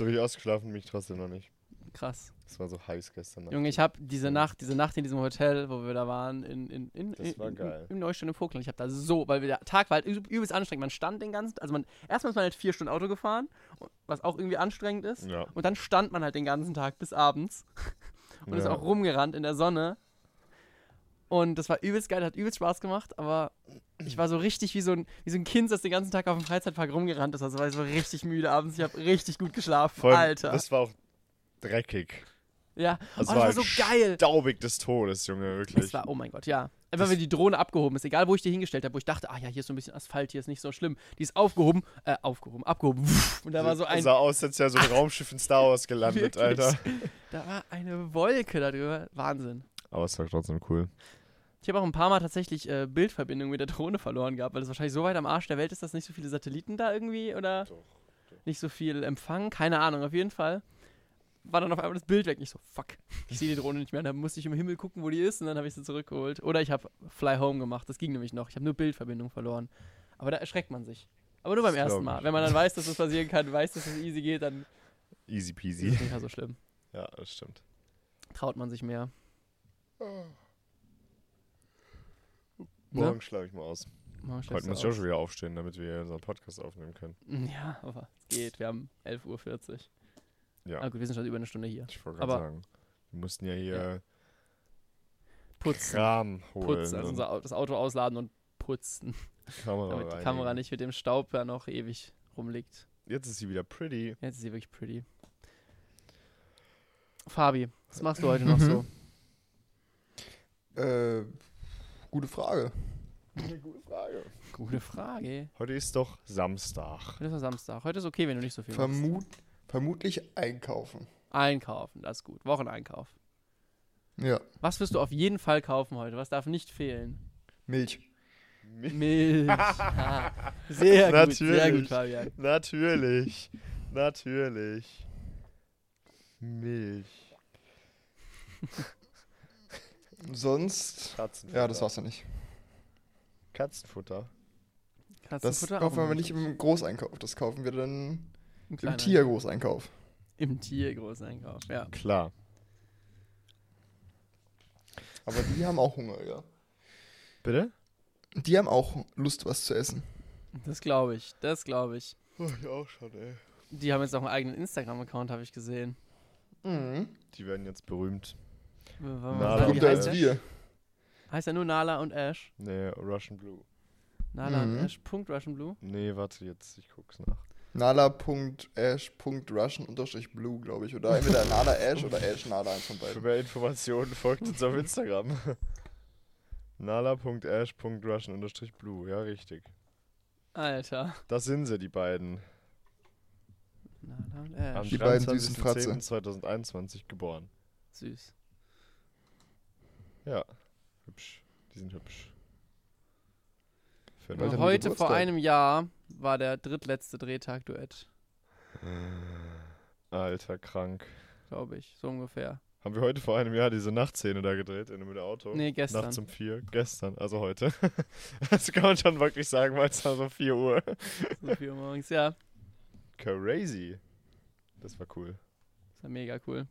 S2: richtig ausgeschlafen bin ich trotzdem noch nicht.
S1: Krass.
S2: Es war so heiß gestern Nacht.
S1: Junge, ich habe diese
S2: Ja.
S1: Nacht, diese Nacht in diesem Hotel, wo wir da waren, in, in, in,
S2: Das
S1: in,
S2: war
S1: in,
S2: geil.
S1: im Neustadt im Vogtland. Ich habe da so, weil wir, der Tag war halt üb- übelst anstrengend. Man stand den ganzen, also man, erstmal ist man halt vier Stunden Auto gefahren, was auch irgendwie anstrengend ist.
S2: Ja.
S1: Und dann stand man halt den ganzen Tag bis abends und ist
S2: Ja.
S1: auch rumgerannt in der Sonne. Und das war übelst geil, hat übelst Spaß gemacht, aber ich war so richtig wie so ein, wie so ein Kind, das den ganzen Tag auf dem Freizeitpark rumgerannt ist. Also war ich so richtig müde abends. Ich habe richtig gut geschlafen.
S2: Vor allem,
S1: Alter.
S2: Das war auch dreckig.
S1: Ja,
S2: Das
S1: oh,
S2: war,
S1: das war so geil.
S2: Staubig des Todes, Junge, wirklich.
S1: Es war, oh mein Gott, ja. Einfach, wenn die Drohne abgehoben ist, egal wo ich die hingestellt habe, wo ich dachte, ah ja, hier ist so ein bisschen Asphalt, hier ist nicht so schlimm. Die ist aufgehoben, äh, aufgehoben, abgehoben. Und da war so ein,
S2: sah aus, als wäre so ein Raumschiff in Star Wars gelandet,
S1: Wirklich?
S2: Alter.
S1: da war eine Wolke darüber. Wahnsinn.
S2: Aber es war trotzdem cool.
S1: Ich habe auch ein paar Mal tatsächlich äh, Bildverbindung mit der Drohne verloren gehabt, weil das wahrscheinlich so weit am Arsch der Welt ist, dass nicht so viele Satelliten da irgendwie oder
S2: Doch,
S1: nicht so viel Empfang. Keine Ahnung, auf jeden Fall war dann auf einmal das Bild weg. Ich so, fuck, ich sehe die Drohne nicht mehr. Und dann musste ich im Himmel gucken, wo die ist und dann habe ich sie zurückgeholt. Oder ich habe Fly Home gemacht, das ging nämlich noch. Ich habe nur Bildverbindung verloren. Aber da erschreckt man sich. Aber nur beim
S2: Das glaub
S1: ersten
S2: ich.
S1: Mal. Wenn man dann weiß, dass das passieren kann, weiß, dass es easy geht, dann
S2: Easy
S1: ist
S2: peasy.
S1: es nicht mehr so schlimm.
S2: Ja, das stimmt.
S1: Traut man sich mehr.
S2: Ah.
S1: Ne?
S2: Morgen schlage ich mal aus.
S1: Morgen schläfst
S2: Heute
S1: du
S2: muss ich
S1: auf.
S2: auch schon wieder aufstehen, damit wir hier unseren Podcast aufnehmen können.
S1: Ja, aber es geht. Wir haben 11.40 Uhr.
S2: Ja.
S1: Ah, gut, wir sind schon über eine Stunde hier.
S2: Ich wollte gerade
S1: Aber-
S2: sagen. Wir mussten ja hier
S1: Putzen.
S2: Kram holen.
S1: Putzen, also
S2: und
S1: unser, Au- das Auto ausladen und putzen,
S2: Kamera
S1: damit die
S2: reinigen.
S1: Kamera nicht mit dem Staub da noch ewig rumliegt.
S2: Jetzt ist sie wieder pretty.
S1: Jetzt ist sie wirklich pretty. Fabi, was machst du heute noch so?
S2: Mhm.
S3: Äh, gute Frage.
S2: Eine gute Frage.
S1: Gute Frage.
S2: Heute ist doch Samstag.
S1: Heute ist doch Samstag. Heute ist okay, wenn du nicht so viel machst.
S3: Vermut, vermutlich einkaufen.
S1: Einkaufen, das ist gut. Wocheneinkauf.
S3: Ja,
S1: Was wirst du auf jeden Fall kaufen heute? Was darf nicht fehlen?
S3: Milch.
S1: Milch. Ja. sehr gut, sehr gut,
S2: Natürlich.
S1: Fabian.
S2: Natürlich. Natürlich. Milch.
S3: Sonst.
S2: Katzenfutter.
S3: Ja, das war's ja nicht.
S2: Katzenfutter.
S3: Das
S1: Katzenfutter auch
S3: kaufen wir
S1: mal
S3: nicht im Großeinkauf. Das kaufen wir dann
S1: Ein
S3: im
S1: kleiner-
S3: Tiergroßeinkauf.
S1: Im Tier großen Einkauf, ja.
S2: Klar.
S3: Aber die haben auch Hunger, ja.
S2: Bitte?
S3: Die haben auch Lust, was zu essen.
S1: Das glaube ich, das glaube ich.
S2: Oh, ich auch schon, ey.
S1: Die haben jetzt auch einen eigenen Instagram-Account, habe ich gesehen.
S3: Mhm.
S2: Die werden jetzt berühmt.
S1: W- wollen wir mal
S2: Nala.
S1: sagen, wie
S2: Berühmter
S3: Guter
S2: als
S1: heißt,
S3: als
S1: der?
S3: wir.
S1: heißt ja nur Nala und Ash.
S2: Nee, Russian Blue.
S1: Nala
S3: Mhm.
S1: und Ash. Punkt Russian Blue.
S2: Nee, warte jetzt, ich guck's nach.
S3: Nala.ash.russian-blue, glaube ich. Oder entweder Nala Ash oder Ash Nala, eins von
S2: Für
S3: beiden.
S2: mehr Informationen folgt uns auf Instagram. Nala.ash.russian-blue, ja richtig.
S1: Alter.
S2: Das sind sie, die beiden.
S1: Nala und
S2: Am
S1: Ash.
S3: Die beiden süßen Fratze.
S2: 23.10.2021 geboren.
S1: Süß.
S2: Ja, hübsch. Die sind hübsch. Für
S3: Weil
S1: Und
S2: einen-
S3: ich hab
S1: heute vor
S3: Geburtstag.
S1: einem Jahr war der drittletzte Drehtag-Duett,
S2: Alter, krank.
S1: glaube ich. So ungefähr.
S2: Haben wir heute vor einem Jahr diese Nachtszene da gedreht in dem Auto?
S1: Nee, gestern.
S2: Nachts um vier, gestern, also heute. das kann man schon wirklich sagen, weil es war so 4 Uhr.
S1: So viel Uhr morgens, ja.
S2: Crazy. Das war cool.
S1: Ist ja mega cool.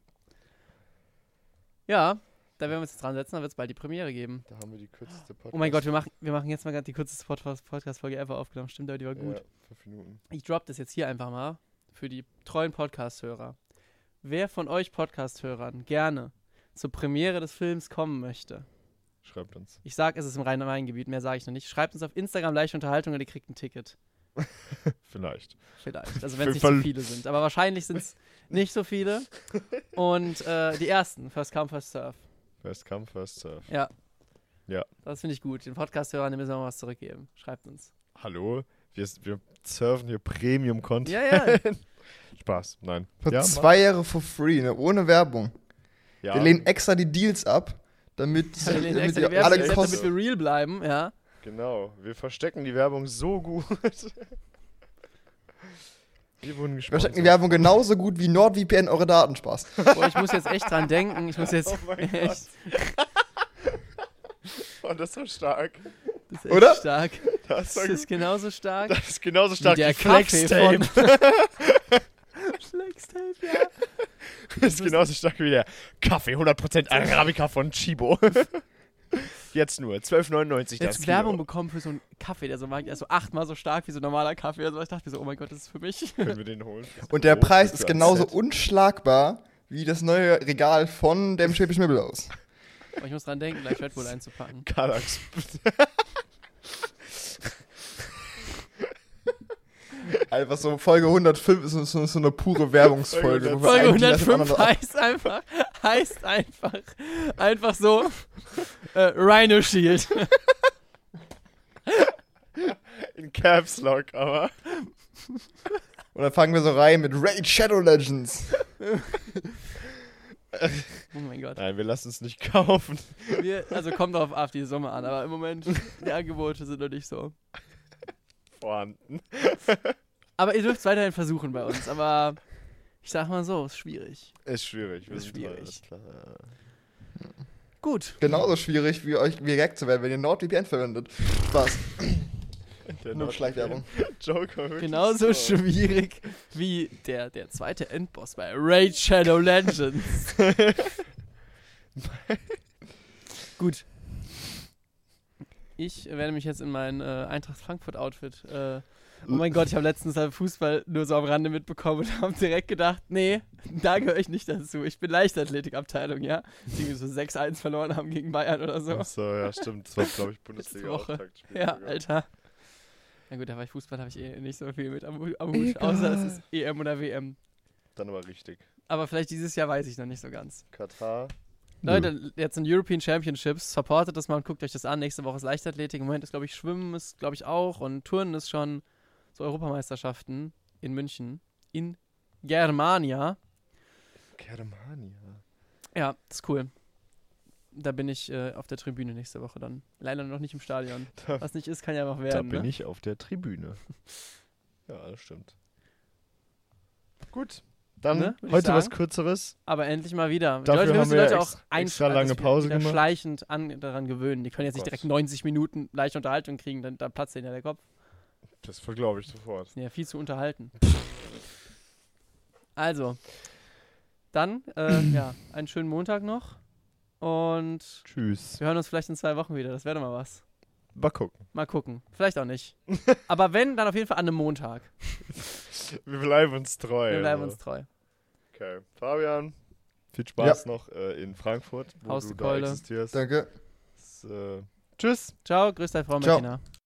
S1: Ja, da werden wir uns jetzt dran setzen, dann wird es bald die Premiere geben.
S2: Da haben wir die kürzeste Podcast.
S1: Oh mein Gott, wir machen, wir machen jetzt mal gerade die kürzeste Pod- Podcast-Folge ever aufgenommen. Stimmt, aber die war gut.
S2: Ja, fünf Minuten.
S1: ich droppe das jetzt hier einfach mal für die treuen Podcast-Hörer. Wer von euch Podcast-Hörern gerne zur Premiere des Films kommen möchte,
S2: Schreibt uns.
S1: ich sag, es ist im Rhein-Main-Gebiet, mehr sage ich noch nicht, schreibt uns auf Instagram leichte Unterhaltung und ihr kriegt ein Ticket.
S2: Vielleicht.
S1: Vielleicht. Also wenn es
S2: Für
S1: nicht so
S2: voll-
S1: viele sind. Aber wahrscheinlich sind es nicht so viele. Und äh, die ersten, First Come, First Surf.
S2: First come, first serve.
S1: Ja.
S2: Ja.
S1: Das finde ich gut. Den Podcast-Hörern, den müssen wir mal was zurückgeben. Schreibt uns.
S2: Hallo? Wir, s- wir surfen hier Premium-Content.
S1: Ja, ja.
S2: Spaß. Nein.
S3: Für
S2: Ja,
S3: zwei Jahre for free, ne? ohne Werbung.
S2: Ja.
S3: Wir lehnen extra die Deals ab, damit,
S1: Wir nehmen
S3: damit
S1: extra
S3: ihr
S1: die Werbung,
S3: alle
S1: gesetzt, damit
S3: Kosten.
S1: wir real bleiben, ja.
S2: Genau. Wir verstecken die Werbung so gut. wir wurden
S3: Wir
S2: gesponsert.
S3: stecken die Werbung genauso gut wie NordVPN eure Daten Spaß.
S1: Boah, ich muss jetzt echt dran denken. Ich muss jetzt
S2: Oh mein Gott.
S1: echt.
S2: Oh, das ist so stark.
S1: Das ist echt
S3: Oder?
S1: stark.
S2: Das
S1: Das ist
S2: ist,
S1: genauso stark
S2: das ist genauso
S1: wie
S2: stark
S1: der
S2: wie
S1: Kaffee von
S2: Flextape.
S1: Flextape, ja.
S2: Das ist genauso stark wie der Kaffee 100% Arabica von Chibo. Jetzt nur 12,99 das
S1: Jetzt
S2: Kilo.
S1: Werbung bekommen für so einen Kaffee, der so, mag- der ist so achtmal so stark wie so ein normaler Kaffee. Also ich dachte mir so, oh mein Gott, das ist für mich.
S2: Können wir den holen?
S3: Und der
S2: Oh,
S3: Preis
S2: für
S3: ist
S2: ein
S3: genauso
S2: Set.
S3: unschlagbar wie das neue Regal von dem Schäbisch Mibbel aus.
S1: Aber ich muss dran denken, gleich Red Bull einzupacken.
S2: Kallax.
S3: Einfach so Folge 105 ist so, so eine pure Werbungsfolge. wo wir
S1: Folge
S3: einen Teil
S1: 105
S3: zum anderen auf-
S1: heißt einfach, heißt einfach, einfach so äh, Rhino Shield.
S2: In Caps Lock, aber.
S3: Und dann fangen wir so rein mit Raid Shadow Legends.
S1: Oh mein Gott.
S2: Nein, wir lassen es nicht kaufen.
S1: Wir, also kommt auf, auf die Summe an, aber im Moment, die Angebote sind noch nicht so.
S2: Vorhanden.
S1: Aber ihr dürft es weiterhin versuchen bei uns, aber ich sag mal so, ist schwierig.
S2: Ist schwierig. wir
S1: Ist
S2: sind
S1: schwierig.
S2: Klar, klar.
S1: Gut.
S3: Genauso schwierig, wie euch gehackt zu werden, wenn ihr NordVPN verwendet. Spaß.
S2: Der
S3: Nur
S2: Nord-
S3: Schleichwerbung.
S2: Joker wirklich
S1: Genauso
S2: so.
S1: schwierig wie der, der zweite Endboss bei Raid Shadow Legends. Gut. Ich werde mich jetzt in mein äh, Eintracht Frankfurt-Outfit. Äh, oh mein Gott, ich habe letztens beim Fußball nur so am Rande mitbekommen und habe direkt gedacht, nee, da gehöre ich nicht dazu. Ich bin Leichtathletikabteilung, ja. Die irgendwie so 6-1 verloren haben gegen Bayern oder so.
S2: Ach so, ja, stimmt. Das war, glaube ich, bundesliga
S1: Woche.
S2: Auftaktspiel
S1: Ja,
S2: sogar.
S1: Alter. Na gut, da war ich Fußball, habe ich eh nicht so viel mit am, Hu- am Hut, außer es ist EM oder WM.
S2: Dann aber richtig.
S1: Aber vielleicht dieses Jahr weiß ich noch nicht so ganz.
S2: Katar.
S3: Nö.
S1: Leute, jetzt sind European Championships. Supportet das mal und guckt euch das an. Nächste Woche ist Leichtathletik. Im Moment ist, glaube ich, Schwimmen ist, glaube ich, auch. Und Turnen ist schon so Europameisterschaften in München. In Germania.
S2: Germania.
S1: Ja, ist cool. Da bin ich äh, auf der Tribüne nächste Woche dann. Leider noch nicht im Stadion.
S2: Da,
S1: Was nicht ist, kann ja noch
S2: da
S1: werden.
S2: bin
S1: ne?
S2: ich auf der Tribüne. Ja, das stimmt. Gut. Dann
S1: Ne, würd ich
S2: heute was
S1: sagen.
S2: Kürzeres.
S1: Aber endlich mal wieder.
S2: Dafür
S1: die Leute, wir
S2: haben
S1: müssen
S2: wir
S1: die Leute
S2: ex-
S1: auch ein-
S2: extra lange
S1: also wir
S2: Pause
S1: wieder
S2: gemacht. Oh
S1: schleichend an, daran gewöhnen. Die können jetzt nicht
S2: Gott.
S1: direkt 90 Minuten leichte Unterhaltung kriegen, dann, dann platzt denen ja der Kopf.
S2: Das verglaube ich sofort.
S1: Die sind ja viel zu unterhalten. Also, dann, äh, ja, einen schönen Montag noch. Und
S2: Tschüss.
S1: wir hören uns vielleicht in zwei Wochen wieder. Das wäre doch mal was.
S2: Mal gucken.
S1: Mal gucken. Vielleicht auch nicht. Aber wenn, dann auf jeden Fall an einem Montag.
S2: Wir bleiben uns treu.
S1: Wir bleiben
S2: also.
S1: uns treu.
S2: Okay. Fabian, viel Spaß noch äh, in Frankfurt, wo
S1: Haus
S2: du
S1: die
S2: da
S1: Keule.
S2: existierst.
S3: Danke.
S2: S- äh, tschüss.
S1: Ciao, grüß deine Frau
S3: Ciao.
S1: Martina.